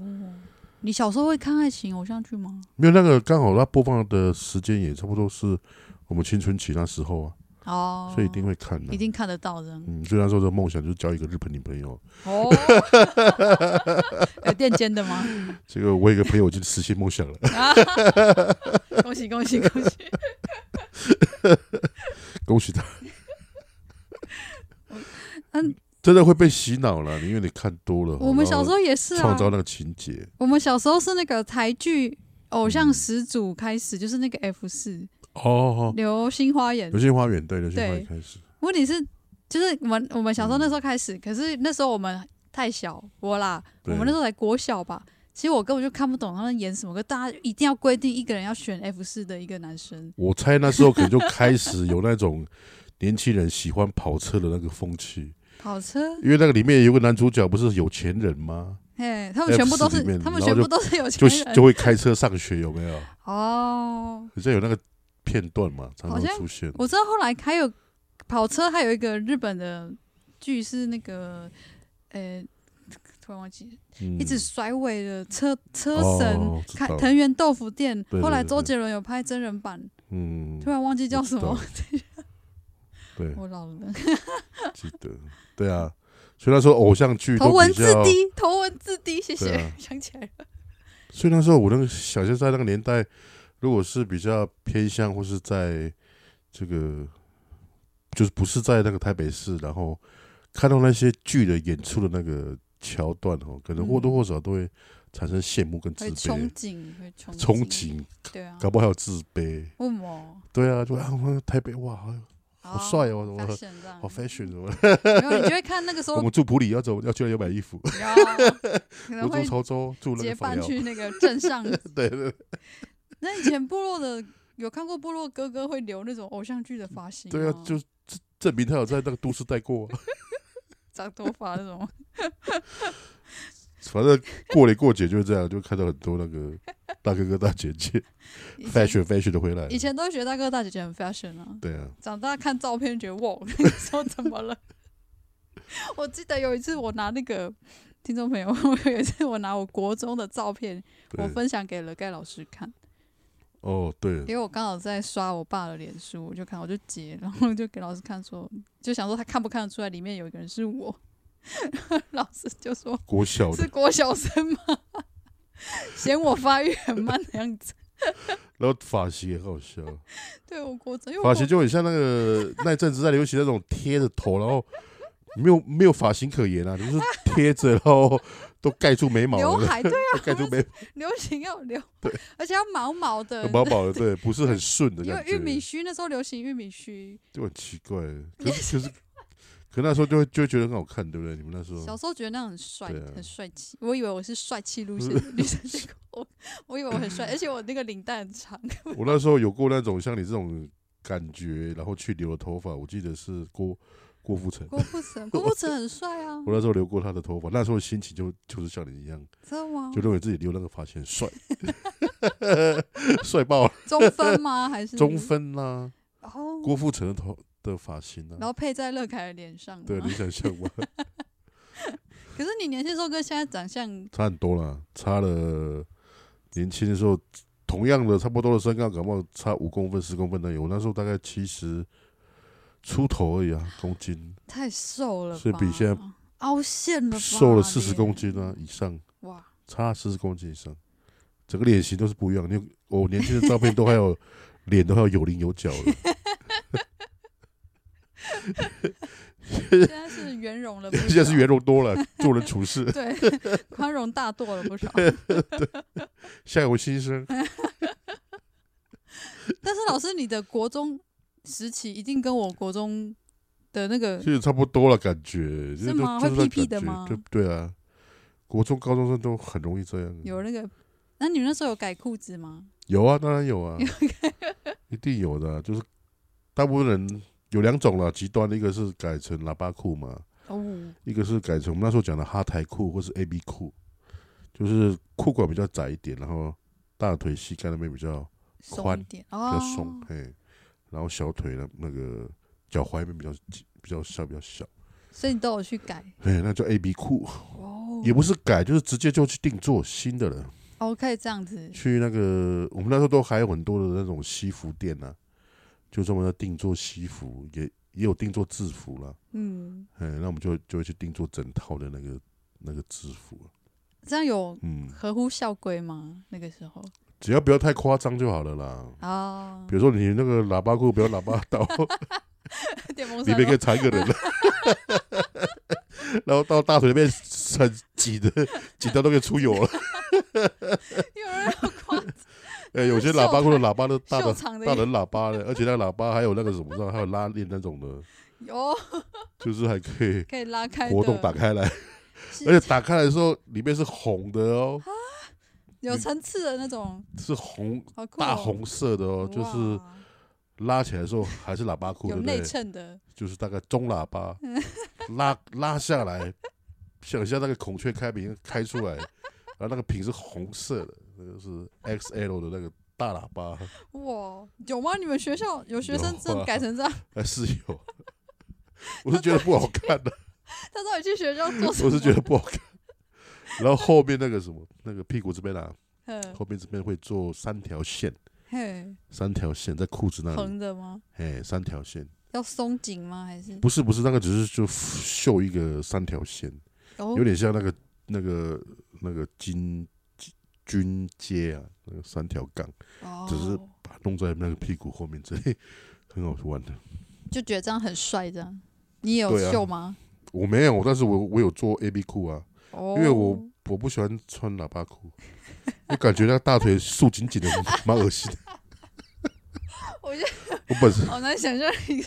S1: 你小时候会看爱情偶像剧吗？
S2: 没有那个刚好它播放的时间也差不多是我们青春期那时候啊，
S1: 哦，
S2: 所以一定会看的、
S1: 一定看得到这样。
S2: 嗯，所以那时候的梦想就是交一个日本女朋友，
S1: 哦，有垫肩的吗？
S2: 这个我有一个朋友已经实现梦想了。
S1: 啊，恭喜恭喜恭喜！
S2: 恭喜他。真的会被洗脑了，因为你看多了。
S1: 嗯我们小时
S2: 候
S1: 候也是啊
S2: 哦创，造那个情节，
S1: 我们小时候是那个台剧偶像始祖开始，就是那个 F 四
S2: 哦哦，
S1: 流星花园
S2: 流。星花园对，流星花
S1: 对
S2: 园开始，
S1: 问题是，就是我们我们
S2: 嗯
S1: 小时候那时候开始，可是那时候我们太小，我啦，我
S2: 对
S1: 们那时候才国小吧。其实我根本就看不懂他们演什么，可大家一定要规定一个人要选 F 四的一个男生。
S2: 我猜那时候可能就开始有那种年轻人喜欢跑车的那个风气，
S1: 跑车，
S2: 因为那个里面有个男主角不是有钱人吗？
S1: 嘿，他们全部都
S2: F4
S1: 是
S2: 里面，
S1: 他们
S2: 然后
S1: 全部
S2: 就
S1: 都是有
S2: 就
S1: 钱人
S2: 就会开车上学，有没有？
S1: 哦。
S2: 可是有那个片段嘛，常常
S1: 好
S2: 会
S1: 像
S2: 出现。
S1: 我知道后来还有跑车，还有一个日本的剧是那个，呃，突然忘记了，
S2: 嗯
S1: 一直甩尾的车车神，
S2: 哦知
S1: 开
S2: 道
S1: 藤原豆腐店。
S2: 对
S1: 后来
S2: 对
S1: 周
S2: 对
S1: 杰伦有拍真人版，
S2: 嗯，
S1: 突然忘记叫什么
S2: 我，对，
S1: 我老了。
S2: 记得，对啊，所以那时候偶像剧都
S1: 头文
S2: 比
S1: 字
S2: 较，
S1: D，头文字 D，谢
S2: 对
S1: 谢
S2: 啊，
S1: 想起来了。
S2: 所以那时候我那个小现在那个年代，如果是比较偏向或是在这个，就是不是在那个台北市，然后看到那些剧的演出的那个桥段哦，可能或多或少都会产生羡慕跟自
S1: 嗯会憧
S2: 卑、
S1: 憬，会憧
S2: 憧，憬，
S1: 对啊，
S2: 搞不好还有自卑。
S1: 为什 么？
S2: 对啊，就啊，我台北哇，好好帅哦，
S1: 哦
S2: 我
S1: ，fashion 这样，
S2: 好 fashion 什么的。
S1: 没有，你就会看那个时候
S2: 我，们住普里要走要去要买衣服，
S1: 然 后可能
S2: 我住
S1: 会
S2: 潮州住那
S1: 结
S2: 个房
S1: 伴
S2: 寮，
S1: 去那个镇上。
S2: 对对
S1: 那以前部落的有看过部落哥哥会留那种偶像剧的发型吗，
S2: 对啊，就证证明他有在那个都市待过啊。
S1: 长头发那种。
S2: 反正过年过节就是这样，就看到很多那个大哥哥大姐姐
S1: 以前
S2: fashion fashion 的回来。
S1: 以前都觉得大哥大姐姐很 fashion 啊，
S2: 对啊，
S1: 长大看照片觉得哇， 那个时候怎么了？ 我记得有一次我拿那个听众朋友， 我有一次我拿我国中的照片，我
S2: 对
S1: 分享给了盖老师看，
S2: 哦对，
S1: 因为我刚好在刷我爸的脸书，我就看我就截，然后就给老师看说，就想说他看不看得出来里面有一个人是我， 老师就说
S2: 国小的
S1: 是，郭小生吗？ 嫌我发育很慢的样子，
S2: 然后发型也很好笑，
S1: 对我国中，因为我
S2: 发型就很像那个那一阵子在流行那种贴着头，然后没有没有发型可言啊，就是贴着，然后都盖住眉毛
S1: 刘
S2: 了，
S1: 海对啊，
S2: 都盖住眉
S1: 流行要 留，而且要毛毛的，
S2: 毛毛的，对，不是很顺的
S1: 因为
S2: 感觉。
S1: 啊玉米须那时候流行玉米须，
S2: 就很奇怪，可是可是可那时候就会就会觉得很好看，对不对？你们那时候
S1: 小时候觉得那样很帅，
S2: 啊对啊
S1: 很帅气。我以为我是帅气路 线的女生，结果我我以为我很帅，而且我那个领带很 长。
S2: 我那时候有过那种像你这种感觉，然后去留的头发，我记得是郭郭富城，
S1: 郭富城，郭富城很帅啊，
S2: 我那时候留过他的头发，那时候心情就就是像你一样，
S1: 知道吗
S2: 就？认为自己留那个发型很 帅，帅爆了，
S1: 中分吗？还是
S2: 中？分啦、
S1: 哦，
S2: 郭富城的头的发型
S1: 然
S2: 啊，
S1: 后哦配在乐凯的脸上吗。
S2: 对，你想像我
S1: 可是你年轻时候跟现在长相，
S2: 差很多啦，差了年轻的时候同样的差不多的身高，感冒差五公分十公分的有，我那时候大概七十出头而已啊，公斤
S1: 太瘦了吧，
S2: 所以比现在
S1: 凹陷了吧，
S2: 瘦了
S1: 脸
S2: 四十公斤啊，以上，
S1: 哇！
S2: 差四十公斤以上，整个脸型都是不一样。你有我年轻的照片都还 有脸都还有有棱有角的，
S1: 现在是圆融了不少，
S2: 现在是圆融多了，做人 处事
S1: 对，宽容大度了 不少。
S2: 下有 新生。
S1: 但是老师，你的国中时期一定跟我国中的那个
S2: 其实差不多了，感觉就是
S1: 吗
S2: 就是
S1: 会
S2: 那
S1: 屁屁
S2: 感
S1: 的
S2: 觉
S1: 吗
S2: 对对啊，国中高中生都很容易这样。啊
S1: 有那个，那你那时候有改裤子吗？
S2: 有啊，当然 有啊，一定有的啊、就是大部分人有两种啦，极端的一个是改成喇叭裤嘛，
S1: 哦，
S2: 一个是改成我们那时候讲的哈台裤或是 A B 裤，就是裤管比较窄一点，然后大腿膝盖那边比较
S1: 松
S2: 宽
S1: 一点，
S2: 比
S1: 哦，
S2: 较松，嘿，然后小腿呢那个脚踝那边比较紧比较小比较小，
S1: 所以你都有去改
S2: 嘿，那叫 A B 裤，
S1: 哦。
S2: 也不是改，就是直接就去定做新的了。
S1: 哦，可以这样子，
S2: 去那个我们那时候都还有很多的那种西服店呢、就专门在定做西服，也也有定做制服啦。
S1: 嗯，
S2: 哎，那我们就就会去定做整套的那个那个制服。啊
S1: 这样有
S2: 嗯，
S1: 合乎校规吗？那个时候
S2: 只要不要太夸张就好了啦。
S1: 哦，
S2: 比如说你那个喇叭 裤不要喇叭到，
S1: 电风
S2: 里
S1: 扇
S2: 面可以
S1: 哦
S2: 藏一个人，然后到大腿那边很挤的，挤到都给出油 了。
S1: 有人要夸
S2: 哎，有些喇叭
S1: 秀
S2: 或者喇叭都 大
S1: 秀
S2: 的
S1: 场的
S2: 大人喇叭的，而且那喇叭还有那个什么，还有拉链那种的，
S1: 有
S2: 就是还可以
S1: 可以拉开的
S2: 活动打开来，
S1: 是
S2: 而且打开来的时候里面是红的哦，
S1: 啊有层次的那种，
S2: 是红
S1: 好酷、哦，
S2: 大红色的哦，就是
S1: 哇
S2: 拉起来的时候还是喇叭裤，对
S1: 有
S2: 不
S1: 内
S2: 对？
S1: 衬的，
S2: 就是大概中喇叭拉 拉下来，想一下那个孔雀开屏开出来，然后那个屏是红色的，那个是 XL 的那个大喇叭，
S1: 哇，有吗？你们学校有学生
S2: 有啊
S1: 真改成这样？
S2: 还是有。 我是觉得不好看的，
S1: 他到底去学校做什么？
S2: 我是觉得不好看。然后后面那个什么，那个屁股这边啊，
S1: 嗯
S2: 后面这边会做三条线，
S1: 嘿，
S2: 三条线在裤子那里，
S1: 横的吗？
S2: 哎，三条线，
S1: 要松紧吗？还是
S2: 不是不是，那个只是就绣一个三条线，
S1: 哦
S2: 有点像那个那个那个金金军阶啊，那个三条杠，
S1: 哦
S2: 只是把它弄在那个屁股后面这里，很好玩的。
S1: 就觉得这样很帅，这样。你也有
S2: 对啊
S1: 秀吗？
S2: 我没有，但是我我有做 A B 裤啊，
S1: 哦，
S2: 因为我我不喜欢穿喇叭裤，我感觉那大腿束紧紧的，蛮恶心的。
S1: 我觉得
S2: 我本身
S1: 好难哦想象一个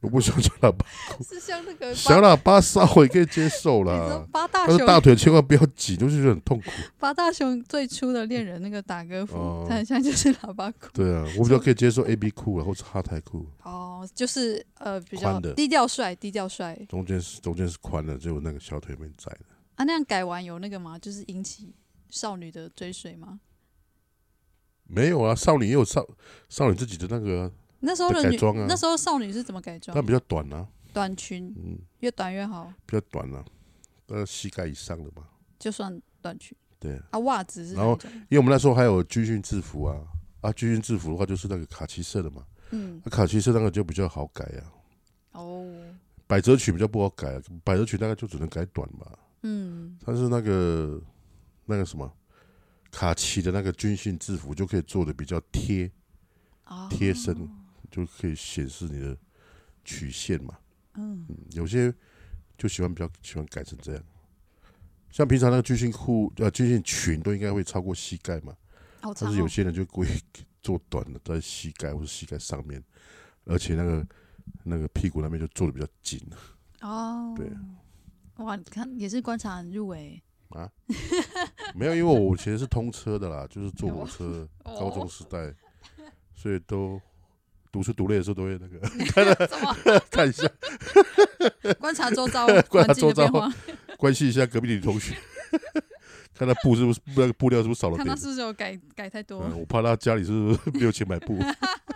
S2: 我不喜欢穿喇叭，
S1: 是像 那个
S2: 小喇叭稍微可以接受
S1: 八，你知道
S2: 啦，
S1: 八大
S2: 但是
S1: 雄
S2: 大腿千万不要紧，就是觉得很痛苦。
S1: 八大雄最初的恋人那个打歌服，
S2: 哦
S1: 他很像就是喇叭裤。
S2: 对啊，我比较可以接受 A B 裤啊，或者哈太裤，
S1: 哦，就是呃比较
S2: 宽的
S1: 低调帅，低调帅
S2: 中间是中间是宽的，只有那个小腿面窄的。
S1: 啊。那样改完有那个吗？就是引起少女的追随吗？
S2: 没有啊，少女也有少少女自己的那个啊，
S1: 那时候的
S2: 改
S1: 女，
S2: 装啊
S1: 那时候少女是怎么改装
S2: 但？比较短啊，
S1: 短裙
S2: 嗯，
S1: 越短越好，
S2: 比较短啊，呃，膝盖以上的嘛。
S1: 就算短裙
S2: 对，
S1: 啊。袜子是
S2: 然后
S1: 哪一种
S2: 因为我们那时候还有军训制服啊，啊，军训制服的话就是那个卡其色的嘛，
S1: 嗯
S2: 那、卡其色那个就比较好改啊，
S1: 哦
S2: 百褶裙比较不好改、啊，百褶裙大概就只能改短吧。
S1: 嗯
S2: 但是那个那个什么卡其的那个军训制服就可以做的比较贴，
S1: 啊
S2: 贴身就可以显示你的曲线嘛。
S1: 嗯
S2: 嗯有些就喜欢比较喜欢改成这样。像平常那个军训裤呃军训裙都应该会超过膝盖嘛，
S1: 好
S2: 但
S1: 长
S2: 是
S1: 哦
S2: 有些人就故意做短的在膝盖或者膝盖上面，而且那个那个屁股那边就做的比较紧
S1: 哦
S2: 对
S1: 哇，你看也是观察很入围
S2: 啊。没有，因为我以前是通车的啦，就是坐火车，
S1: 哦
S2: 高 中时代，所以都读书读累的时候都会那个
S1: 怎么
S2: 看一下，
S1: 观察周遭
S2: 观
S1: 环境
S2: 察
S1: 的
S2: 周遭
S1: 变化，
S2: 关心一下隔壁女同学， 看他布是不是那个布料是不是少了
S1: 看
S2: 点
S1: 他。是不是有改改太多。
S2: 嗯，我怕他家里是不是没有钱买布，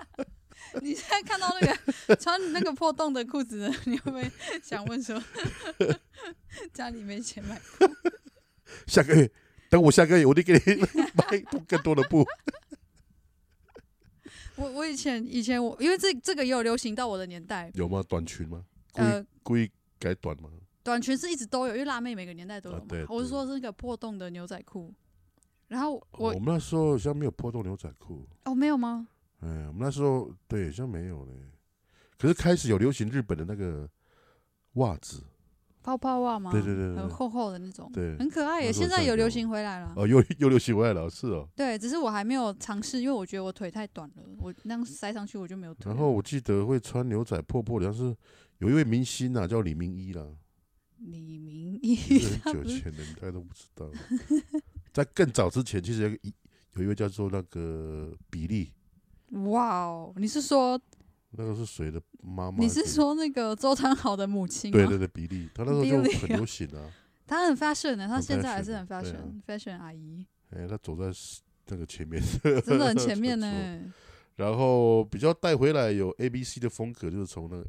S1: 你现在看到那个 穿那个破洞的裤子的，你会不会想问说 家里没钱买？
S2: 下个月等我下个月我得给你 买布更多的布。
S1: 我我以前以前我因为这这个也有流行到我的年代，
S2: 有吗？短裙吗？故意、
S1: 呃，
S2: 故意改短吗？
S1: 短裙是一直都有，因为辣妹每个年代都有嘛。
S2: 啊对
S1: 我是
S2: 对
S1: 说是那个破洞的牛仔裤，然后
S2: 哦我
S1: 我
S2: 们那时候好像没有破洞牛仔裤，
S1: 哦没有吗？
S2: 哎，我们那时候对好像没有嘞。可是开始有流行日本的那个袜子，
S1: 泡泡袜吗？
S2: 对对对对
S1: 很
S2: 对
S1: 厚厚的那种，
S2: 对
S1: 很可爱耶。
S2: 那时候
S1: 现在
S2: 像
S1: 有流
S2: 有
S1: 行回来了。
S2: 哦，又又流行回来了，是哦。
S1: 对，只是我还没有尝试，因为我觉得我腿太短了，我那样塞上去我就没有腿
S2: 然
S1: 了。
S2: 后我记得会穿牛仔破破的，像是有一位明星啊，叫李明一啦，
S1: 李明一
S2: 也 是
S1: 他
S2: 很久
S1: 不是
S2: 前的，你大概都不知道。在更早之前，其实有一有一位叫做那个比利，
S1: 哇哦，你是说
S2: 那个是谁的妈妈？
S1: 你是说那个周汤豪的母亲吗？
S2: 对对对，比利，他那时候就
S1: Billie
S2: 很流行啊。
S1: 她很 fashion 的，她
S2: 很
S1: 现在还是很
S2: fashion，对啊
S1: fashion fashion 阿 姨，
S2: 哎，他走在是那个前面，
S1: 真的很 前面呢、
S2: 没然后比较带回来有 A B C 的风格，就是从那个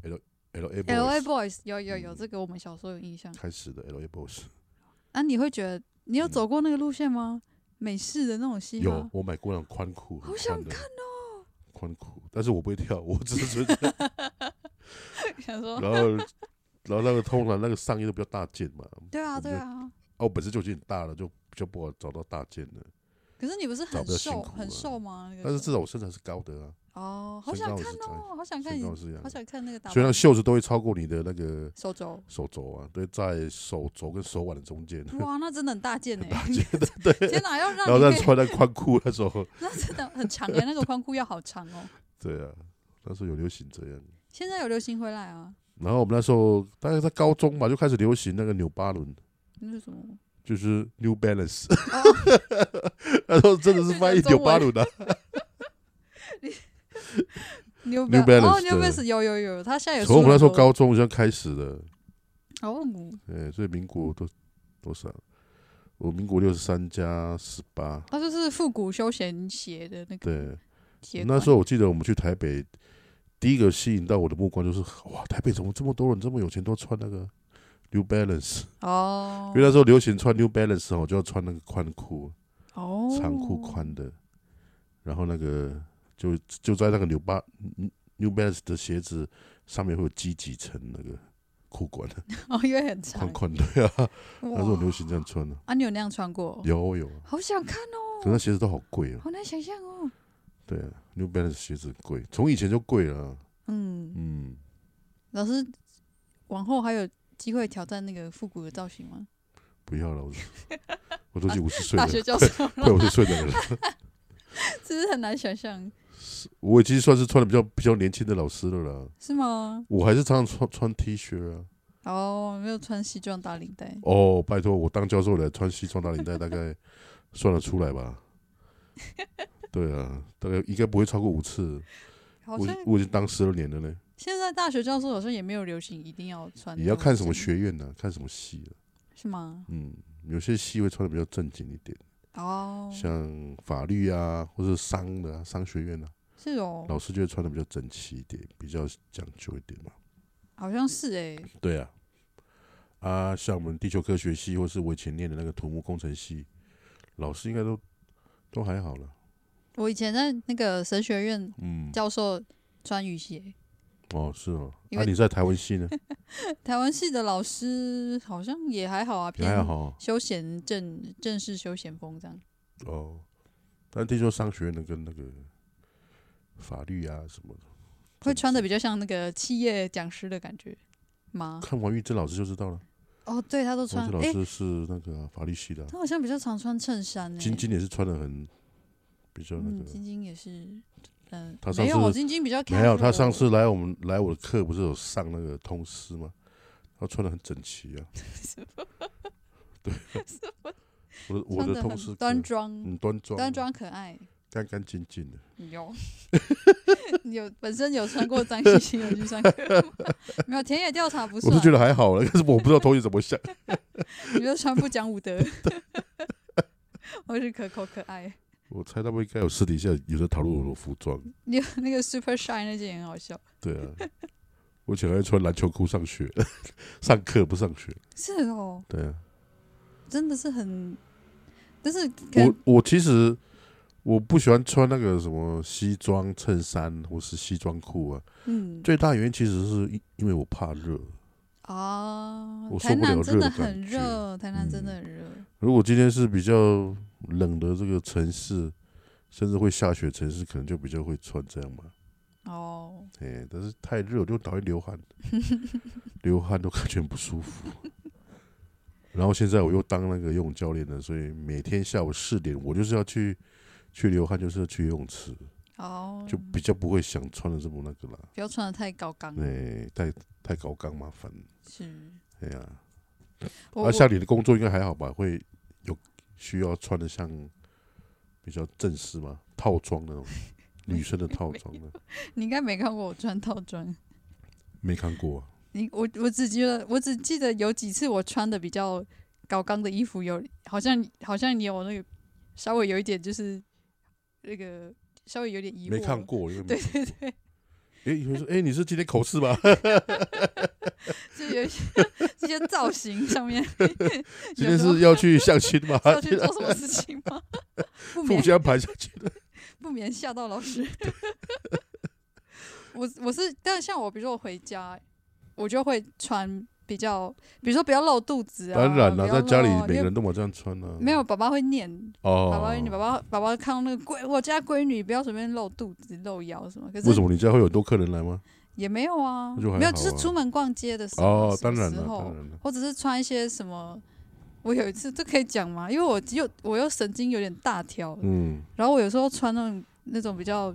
S2: L L A
S1: L A
S2: Boys
S1: Boys 有有有，
S2: 嗯
S1: 这个我们小时候有印象。
S2: 开始的 L A Boys。
S1: 啊，你会觉得你有
S2: 嗯
S1: 走过那个路线吗？美式的那种戏
S2: 有
S1: 吗？
S2: 我买过那种宽裤，很
S1: 好想
S2: 宽的宽裤，但是我不会跳，我只 是觉得。
S1: 想说，
S2: 然后，然后那个通常那个上衣都比较大件嘛，
S1: 对啊
S2: 我觉
S1: 对
S2: 得
S1: 啊。
S2: 哦，我本身就已经很大了，就比较不好找到大件的。
S1: 可是你不是
S2: 找
S1: 很
S2: 不到辛
S1: 瘦
S2: 苦
S1: 很
S2: 了
S1: 瘦吗？那个
S2: 但是
S1: 时
S2: 至少我身材是高的啊，
S1: 候哦，好
S2: 身
S1: 想
S2: 高也
S1: 看
S2: 是这样
S1: 哦，好想看
S2: 身
S1: 你，
S2: 高是一样
S1: 好
S2: 的，
S1: 想看那个打
S2: 所以那
S1: 扮
S2: 个袖子都会超过你的那个
S1: 手 肘。
S2: 手肘啊，对，在手肘跟手腕的中间，
S1: 哇，那真的很大件呢、欸！ 天哪，要让
S2: 然后
S1: 你
S2: 再
S1: 可以
S2: 穿那宽裤那时候，
S1: 那真的很长哎、那个宽裤要好长哦。
S2: 对啊，那时候有流行这样。
S1: 现在有流行回来啊？
S2: 然后我们那时候大概在高中吧，就开始流行那个纽巴伦，
S1: 那是什么？
S2: 就是 New Balance，、那时
S1: 哦
S2: 候真的是翻译纽巴伦的、啊
S1: New
S2: New
S1: Bal- 哦
S2: Balance，
S1: ，New
S2: 对
S1: Balance 有有有，他现在有出很多。
S2: 从我们那时候高中就开始的，
S1: 哦，
S2: 对，所以民
S1: 嗯
S2: 国多多少？我民国六十三加十八，
S1: 它就是复古休闲鞋的那个
S2: 对，
S1: 鞋款。
S2: 那时候我记得我们去台北，第一个吸引到我的目光就是哇，台北怎么这么多人这么有钱都穿那个 New Balance？、
S1: 哦
S2: 因为那时候流行穿 New Balance 哦，就要穿那个宽裤，
S1: 哦
S2: 长裤宽的，然后那个就就在那个纽巴 New Balance 的鞋子上面会有积几层那个裤管，
S1: 哦，因为很长
S2: 宽。宽对啊， 那时候
S1: 哇
S2: 流行这样穿的、
S1: 啊，你有那样穿过？
S2: 有有啊，
S1: 好想看
S2: 可是那
S1: 哦，
S2: 鞋子都好贵哦，
S1: 好难想象哦。
S2: 对啊，New Balance 鞋子很贵，从以前就贵了啊，
S1: 嗯，
S2: 嗯。
S1: 老师，往后还有机会挑战那个复古的造型吗？
S2: 不要了，我 我都已经五十岁了
S1: 大，学教授
S2: 快 五十岁的人了，
S1: 真是很难想象，
S2: 我已经算是穿的比较比较年轻的老师了啦。
S1: 是吗？
S2: 我还是常常穿穿 T 恤啊。
S1: 哦，没有穿西装打领带，
S2: 哦，拜托，我当教授了，穿西装打领带，大概算得出来吧？对啊，大概应该不会超过五次。
S1: 好
S2: 我
S1: 像
S2: 我已经当十二年了呢，
S1: 现在大学教授好像也没有流行一定要穿那种正。
S2: 也要看什么学院呢、啊看什么系了、
S1: 是吗？
S2: 嗯，有些系会穿的比较正经一点，
S1: 哦，
S2: 像法律啊，或者商的、啊、商学院啊，
S1: 是哦，
S2: 老师就会穿的比较整齐一点，比较讲究一点嘛。
S1: 好像是哎、
S2: 对啊，啊，像我们地球科学系或是我以前念的那个土木工程系，老师应该都都还好了。
S1: 我以前在那个神学院
S2: 嗯，
S1: 教授穿雨鞋，
S2: 哦，是哦。
S1: 因
S2: 那、
S1: 为
S2: 你在台湾系 呢？
S1: 台湾系的老师好像也还好啊，
S2: 也
S1: 偏
S2: 还好哦
S1: 休闲正正式休闲风这样。
S2: 哦。但听说商学院的跟那个法律啊什么的，
S1: 会穿的比较像那个企业讲师的感觉吗？
S2: 看王玉珍老师就知道了。
S1: 哦，对，他都哦
S2: 王
S1: 穿
S2: 玉，珍老
S1: 诶，
S2: 师是那个法律系的、啊，
S1: 他好像比较常穿衬衫呢、
S2: 晶晶也是穿的很比较那
S1: 嗯，
S2: 个。
S1: 晶晶也是，嗯、
S2: 他上
S1: 没有，
S2: 次
S1: 晶晶比较
S2: 没有，
S1: casual
S2: 他上次来我们来我的课不是有上那个通识吗？他穿的很整齐 啊。对啊。我的我
S1: 穿
S2: 的
S1: 得
S2: 通
S1: 很
S2: 识课
S1: 端庄，
S2: 嗯端庄
S1: 端庄可爱，
S2: 干干净净的。
S1: 有有本身有穿过脏兮兮的去上课吗， 没有田野调查不
S2: 我是
S1: 算
S2: 觉，得还好了，但是我不知道同学怎 么想。
S1: 你就穿不讲武德， 我是可口可爱。
S2: 我猜他们应该有私底下有在讨论我的服装。
S1: 你有那个 Super Shine 那件也很好笑，
S2: 对啊，我以前还穿篮球裤上学， 上课不上学。
S1: 是哦，
S2: 对啊，
S1: 真的是很，但是可能
S2: 我我其实我不喜欢穿那个什么西装衬衫或是西装裤啊，
S1: 嗯
S2: 最大原因其实是因因为我怕热。
S1: 啊，
S2: 我受
S1: 台
S2: 不了
S1: 南真
S2: 热的感
S1: 很
S2: 觉
S1: 热，台南真的
S2: 嗯
S1: 很热，
S2: 如果今天是比较冷的这个城市，甚至会下雪的城市，可能就比较会穿这样嘛。
S1: 哦，
S2: 哎、但是太热我就讨厌流汗，流汗都感觉很不舒服。然后现在我又当那个游泳教练了，所以每天下午四点我就是要去去流汗，就是要去游泳池，
S1: 哦，
S2: 就比较不会想穿的这么那个啦。
S1: 不要穿的太高刚，
S2: 哎、太太高刚麻烦。
S1: 是，
S2: 哎呀、
S1: 我
S2: 啊，
S1: 我
S2: 像你的工作应该还好吧？会有需要穿的像比较正式吗？套装 那种女生的套装呢？
S1: 你应该没看过我穿套装。
S2: 没看过、啊，
S1: 你我我只记得我只记得有几次我穿的比较高刚的衣服有，好像好像你有那个稍微有一点就是那个稍微有点疑惑，
S2: 没看过，因为没
S1: 对
S2: 看过。哎，有人说，哎，你是今天 口试吧？
S1: 就有一些 这些造型上 面
S2: 今
S1: 有
S2: 天
S1: 时候
S2: 是要去相亲 吗？
S1: 要 去做什么事情吗？ 不
S2: 互
S1: 免
S2: 相排啊下去的。
S1: 不免吓到老 师。 我我是，但像我，比如说我回家，我就会穿比较，比如说不要露肚子啊。
S2: 当然
S1: 不
S2: 了，
S1: 要
S2: 在家里
S1: 露啊
S2: 每
S1: 因
S2: 个
S1: 为
S2: 人都嘛这样穿呢、啊。
S1: 没有爸爸会念，
S2: 哦，
S1: 爸爸会念，爸爸爸爸看到那个闺，我家闺女不要随便露肚子、露腰什么。可是
S2: 为什么你家会有多客人来吗？
S1: 也没有啊，
S2: 那就还
S1: 没有，
S2: 好
S1: 就是
S2: 啊
S1: 出门逛街的时候，
S2: 哦，
S1: 什
S2: 当
S1: 么
S2: 然
S1: 时
S2: 了，
S1: 候
S2: 当然了。
S1: 或者是穿一些什么。我有一次，这可以讲吗？因为我又我又神经有点大条，
S2: 嗯，
S1: 然后我有时候穿那种那种比较，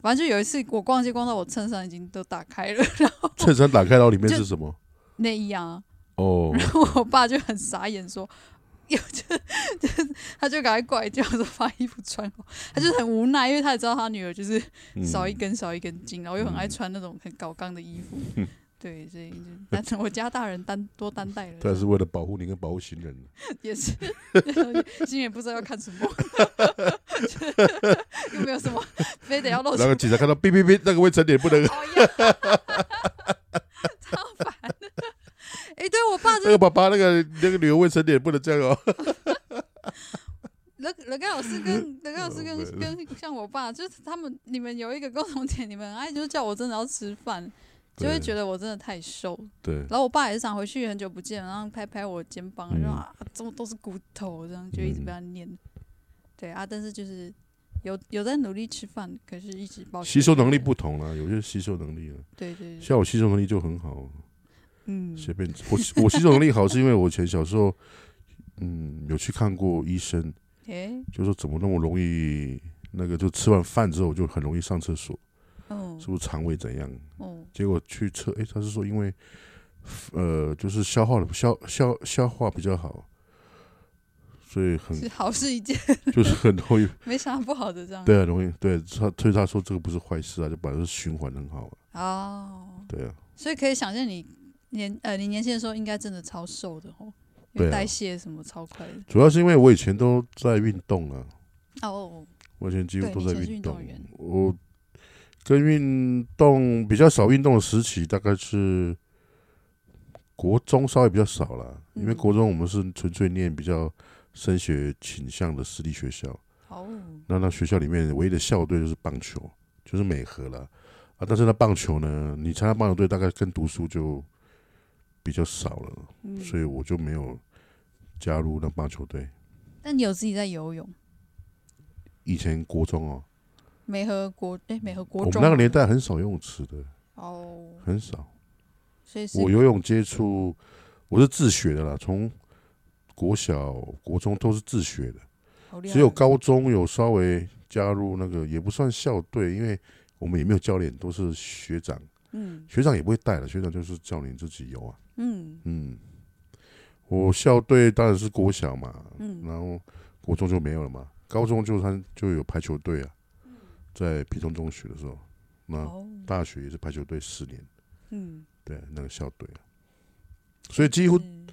S1: 反正就有一次我逛街逛到我衬衫已经都打开了， 然后
S2: 衬衫打开，然后里面
S1: 就是
S2: 什么？
S1: 内衣啊，
S2: 哦，
S1: 然后我爸就很傻眼说。 有就就是，他就赶快过来叫我说把衣服穿好，他就是很无奈，因为他也知道他女儿就是
S2: 嗯
S1: 少一根少一根筋，然后又很爱
S2: 嗯
S1: 穿那种很搞刚的衣服，对，所以就但 是我家大人担多担待了，
S2: 啊但是为了保护你跟保护行人，
S1: 也是 心里也不知道要看什么， 又没有什么非得要露出
S2: 然后警察看到哔哔哔，那个未成年不能，
S1: 讨厌， 超烦。哎、对我爸 就
S2: 那
S1: 是
S2: 个爸爸那个那个女儿未成年不能这样哦。
S1: 乐乐高老师 跟乐高老师
S2: 我不
S1: 跟跟像我爸，就是他们你们有一个共同点，你们很爱就是叫我真的要吃饭，就会
S2: 对
S1: 觉得我真的太瘦。
S2: 对，
S1: 然后我爸也是想回去很久不见，然后拍拍我肩膀，
S2: 嗯
S1: 然后啊，怎么都是骨头，这样就一直被他念。对啊，但是就是有有在努力吃饭，可是一直保持
S2: 吸收能力不同啦，有些吸收能力啊，
S1: 对对对，
S2: 像我吸收能力就很好，啊
S1: 嗯，
S2: 随便我我吸收能力好是因为我以前小时候，嗯，有去看过医生，
S1: 诶，
S2: 就说怎么那么容易。那个就吃完饭之后就很容易上厕所，
S1: 哦
S2: 是不是肠胃怎样？
S1: 哦
S2: 结果去测，诶，他是说因为，呃，就是消化的消消消化比较好，所以很
S1: 是好事一件，
S2: 就是很容易，
S1: 没啥不好的这样。
S2: 对啊，容易对他，所以他说这个不是坏事啊，就本来是循环很好啊，
S1: 哦，
S2: 对啊，
S1: 所以可以想见你年呃你年轻的时候应该真的超瘦的哦，因
S2: 对
S1: 为
S2: 啊
S1: 代谢什么超快的。
S2: 主要是因为我以前都在运动啊，
S1: 哦，
S2: 我以前几乎
S1: 对
S2: 都
S1: 你
S2: 在
S1: 以前是
S2: 运
S1: 运
S2: 动
S1: 动员，
S2: 我跟运动比较少运动的时期大概是国中稍微比较少啦，因为
S1: 嗯
S2: 国中我们是纯粹念比较升学倾向的私立学校。
S1: 好哦，
S2: 那那学校里面唯一的校队就是棒球，就是美和了啊。但是那棒球呢，你参加棒球队大概跟读书就比较少了，
S1: 嗯，
S2: 所以我就没有加入那棒球队。
S1: 但你有自己在游泳，
S2: 以前国中哦，
S1: 美和国诶，美和
S2: 我
S1: 国
S2: 们
S1: 中
S2: 那个年代很少游泳池的，
S1: 哦，
S2: 很少。
S1: 所以是
S2: 我游泳接触，我是自学的啦，从国小、国中都是自学的。
S1: 好厉害
S2: 只有高中有稍微加入那个，也不算校队，因为我们也没有教练，都是学长。
S1: 嗯
S2: 学长也不会带了，学长就是叫你自己游啊。
S1: 嗯
S2: 嗯，我校队当然是国小嘛，
S1: 嗯
S2: 然后国中就没有了嘛，高中就他就有排球队啊，在屏东中学的时候，那
S1: 嗯哦
S2: 大学也是排球队四年，
S1: 嗯
S2: 对那个校队啊，所以几乎
S1: 嗯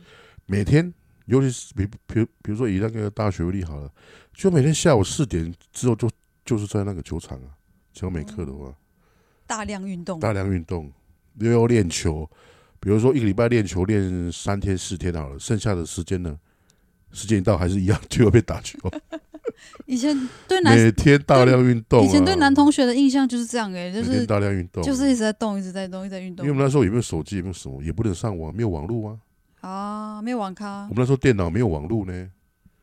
S2: 每天，尤其是比比比如说以那个大学为例好了，就每天下午四点之后就就是在那个球场啊，只要没课的话，
S1: 大量运动
S2: 大量运动，又要练球，比如说一个礼拜练球练三天四天好了，剩下的时间呢，时间一到还是一样就要被 打球，
S1: 以前对男
S2: 每天大量运动、啊，
S1: 以前对男同学的印象就是这样欸诶，就
S2: 每天
S1: 是
S2: 大量运动，啊
S1: 就是一直在动，一直在动，一直在运
S2: 因
S1: 动
S2: 为我们那时候也没有手机，也没有什么，也不能上网，没有网络啊，
S1: 啊，没有网咖
S2: 我们那时候电脑没有网络呢，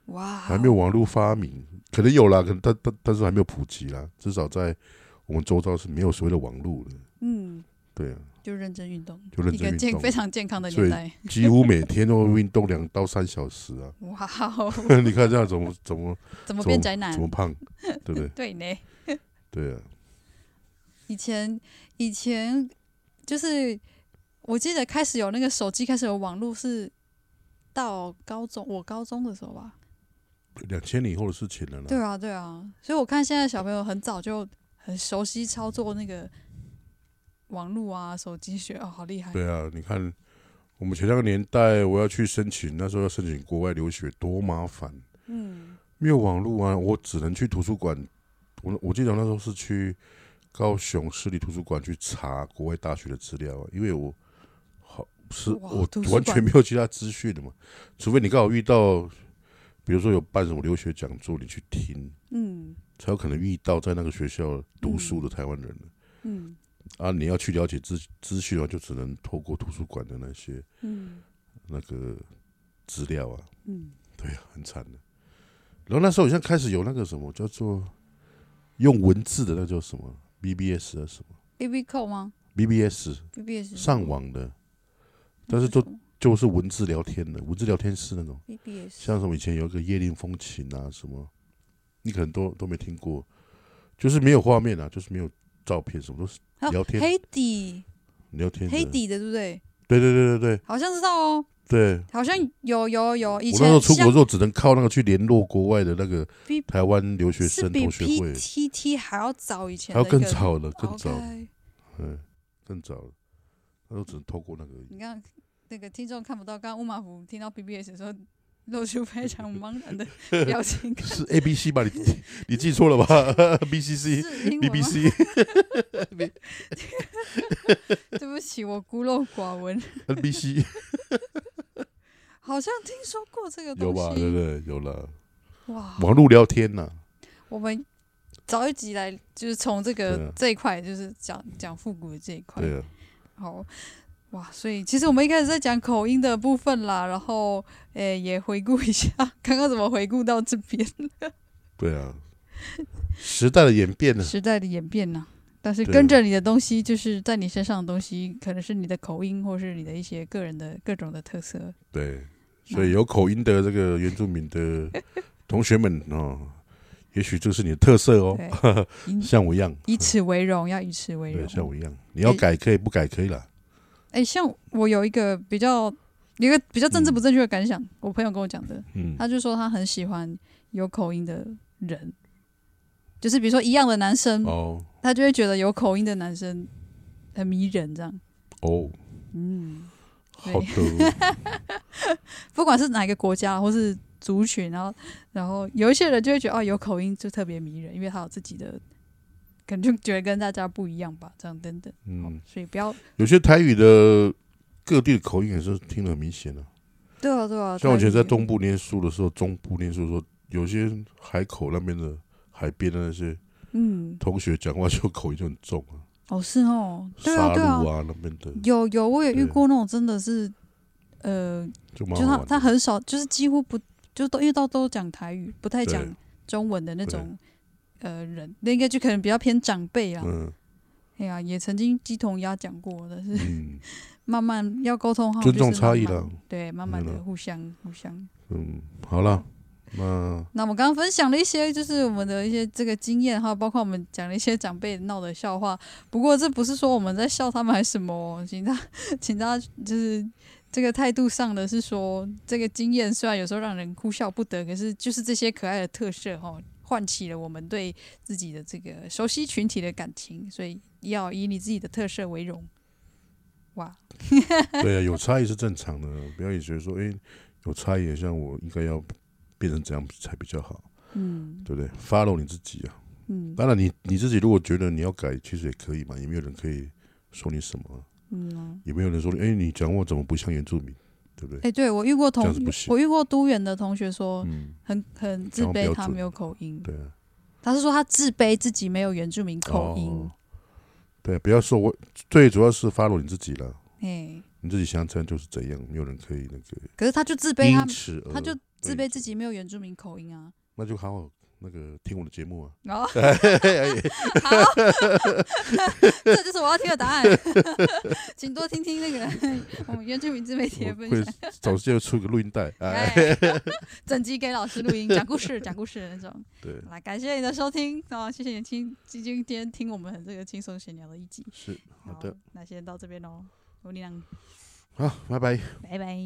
S1: 哇，
S2: 还没有网络发明，可能有啦，可能但但但是还没有普及啦，至少在我们周遭是没有所谓的网络的，
S1: 嗯，
S2: 对啊，
S1: 就认真运动，
S2: 就认
S1: 一
S2: 真
S1: 个
S2: 运
S1: 健
S2: 动
S1: 非，常健康的
S2: 所
S1: 年
S2: 以
S1: 代，
S2: 几乎每天都会运动两到三小时啊，
S1: 哇哦，
S2: 你看这样怎么怎么。
S1: 怎么
S2: 怎
S1: 变
S2: 么
S1: 宅男
S2: 怎？么胖， 对不对？
S1: 对呢，
S2: 对啊，
S1: 以前以前就是我记得开始有那个手机，开始有网络是到高中，我高中的时候吧。
S2: 两千年以后的事情了
S1: 对
S2: 啦。
S1: 啊，对啊，所以我看现在小朋友很早就很熟悉操作那个网络啊、手机学哦，好厉害。
S2: 对啊，你看我们前两个年代，我要去申请，那时候要申请国外留学，多麻烦，
S1: 嗯，
S2: 没有网络啊，我只能去图书馆。我我记得我那时候是去高雄市立图书馆去查国外大学的资料啊，因为我好是
S1: 哇
S2: 我
S1: 图书
S2: 完
S1: 馆
S2: 全没有其他资讯的嘛，除非你刚好遇到，比如说有办什么留学讲座，你去听，
S1: 嗯
S2: 才有可能遇到在那个学校读书的台湾人。
S1: 嗯，
S2: 啊，你要去了解资资讯的话，就只能透过图书馆的那些
S1: 嗯
S2: 那个资料啊，
S1: 嗯，
S2: 对啊，很惨的。然后那时候好像开始有那个什么叫做用文字的，那叫什么 BBS 啊什么
S1: B B 扣吗
S2: BBS
S1: ？B B S
S2: 上网的，但是都就是文字聊天的，文字聊天室那种，
S1: B B S
S2: 像什么以前有一个夜令风情啊什么，你可能都都没听过，就是没有画面啊，就是没有照片，什么都是
S1: 还有
S2: 聊天
S1: 黑底
S2: 聊天的。
S1: 黑底的，对不对？
S2: 对对对对对
S1: 好像知道哦，
S2: 对，
S1: 好像有有有，以
S2: 我
S1: 前
S2: 那时候出国
S1: 像
S2: 之后只能靠那个去联络国外的那个
S1: B-
S2: 台湾留学
S1: 是
S2: 生
S1: 比
S2: 同学
S1: P
S2: 会，
S1: T T 还要早以前
S2: 还
S1: 的
S2: 要
S1: 一个，
S2: 更早了，更早了，
S1: OK
S2: 嗯，更早了，那都只能透过那个而已。
S1: 你看那个听众看不到，刚刚乌马福听到 BBS 的时候，露出非常茫然的表 情。
S2: 是 A B C 吧？你你记错了吧？B C C
S1: 是英
S2: B
S1: 文
S2: B
S1: 吗？
S2: C，
S1: 对不起，我孤陋寡闻，
S2: NBC
S1: 好像听说过这个
S2: 有
S1: 东
S2: 吧？对
S1: 西。
S2: 不对？有了，
S1: 哇，
S2: 网络聊天呐、
S1: 我们早一集来，就是从这
S2: 对
S1: 个
S2: 啊
S1: 这一块，就是讲讲复古的这一块。
S2: 对啊，
S1: 好，哇，所以其实我们一开始在讲口音的部分啦，然后诶、也回顾一下 刚刚怎么回顾到这 边
S2: 对 啊，时代的演变呢、
S1: 时代的演变呢、但是
S2: 对啊
S1: 跟着你的东西，就是在你身上的东西，可能是你的口音，或是你的一些个人的各种的特色。
S2: 对，
S1: 嗯
S2: 所以有口音的这个原住民的同学们哦，也许这是你的特色哦，
S1: 对，
S2: 像我一样，
S1: 以此为荣，要以此为
S2: 对，
S1: 荣。
S2: 像我一样，你要改可以，不改可以啦。
S1: 哎、像我有一个比较，有一个比较政治不正确的感想，我朋友跟我讲的，
S2: 嗯，
S1: 他就说他很喜欢有口音的人，就是比如说一样的男生，
S2: 哦
S1: 他就会觉得有口音的男生很迷人，这样。
S2: 哦，
S1: 嗯，对
S2: 好的，
S1: 不管是哪一个国家或是族群，然后然后有一些人就会觉得哦，有口音就特别迷人，因为他有自己的，可能就觉得跟大家不一样吧，这样等等。好
S2: 嗯，
S1: 所以不要
S2: 有些台语的各地的口音也是听得很明显的、
S1: 对啊对啊
S2: 像我以前在东部念书的时候，中部念书的时候，有些海口那边的海边的那些
S1: 嗯，
S2: 同学讲话就口音就很重啊，
S1: 哦是哦，对
S2: 杀
S1: 啊对啊
S2: 戮，啊那边的，
S1: 有有我也遇
S2: 对
S1: 过那种真的是，呃，
S2: 就
S1: 就
S2: 嗯蛮
S1: 是
S2: 好
S1: 他
S2: 玩的
S1: 他很少，就是几乎不就都遇到都讲台语，不太
S2: 对
S1: 讲中文的那种呃人，那应该就可能比较偏长辈啦。
S2: 嗯
S1: 哎呀，也曾经鸡同鸭讲过，但是
S2: 嗯
S1: 慢慢要沟通好，
S2: 尊重
S1: 就是慢慢
S2: 差异啦，嗯
S1: 对，慢慢
S2: 对
S1: 的
S2: 啦
S1: 互相互相。
S2: 嗯，好了，那
S1: 那我们刚刚分享了一些，就是我们的一些这个经验，还有包括我们讲了一些长辈闹的笑话。不过这不是说我们在笑他们还是什么哦，请大 请大家就是这个态度上的是说，这个经验虽然有时候让人哭笑不得，可是就是这些可爱的特色哈、哦，唤起了我们对自己的这个熟悉群体的感情，所以要以你自己的特色为荣。哇，
S2: 对啊，有差异是正常的，不要也觉得说，哎，有差异，像我应该要变成怎样才比较好，
S1: 嗯
S2: 对不对？follow 你自己啊。
S1: 嗯
S2: 当然你，你自己如果觉得你要改，其实也可以嘛，也没有人可以说你什么，
S1: 嗯啊。
S2: 也没有人说你，哎，你讲话怎么不像原住民，对不对
S1: 哎、？对我遇过同
S2: 这样子不行
S1: 我遇过都远的同学说，
S2: 嗯，
S1: 很很自
S2: 讲话
S1: 卑，
S2: 标
S1: 他
S2: 准
S1: 没有口音。
S2: 对啊，
S1: 他是说他自卑自己没有原住民口音
S2: 哦。对，啊不要说我，最主要是 follow 你自己了，
S1: 哎、
S2: 你自己想怎样就是怎样，没有人可以那个
S1: 可是他就自卑，
S2: 因
S1: 他
S2: 此而
S1: 他就自
S2: 对
S1: 卑自己没有原住民口音啊。
S2: 那就好好那个听我的节目啊，
S1: 然后，好， 这就是我要听的答案， 请多听听那个我们原住民自媒体
S2: 我
S1: 的分
S2: 会
S1: 享，
S2: 找机会出个录音带，哎，
S1: 哎，整集给老师录音，讲故事，讲故事的那种。
S2: 对，
S1: 好啦，感谢你的收听，哦，谢谢你听今今天听我们这个轻松闲聊的一集。
S2: 是好的，，
S1: 那先到这边喽，我力量，
S2: 好，拜拜。
S1: 拜拜。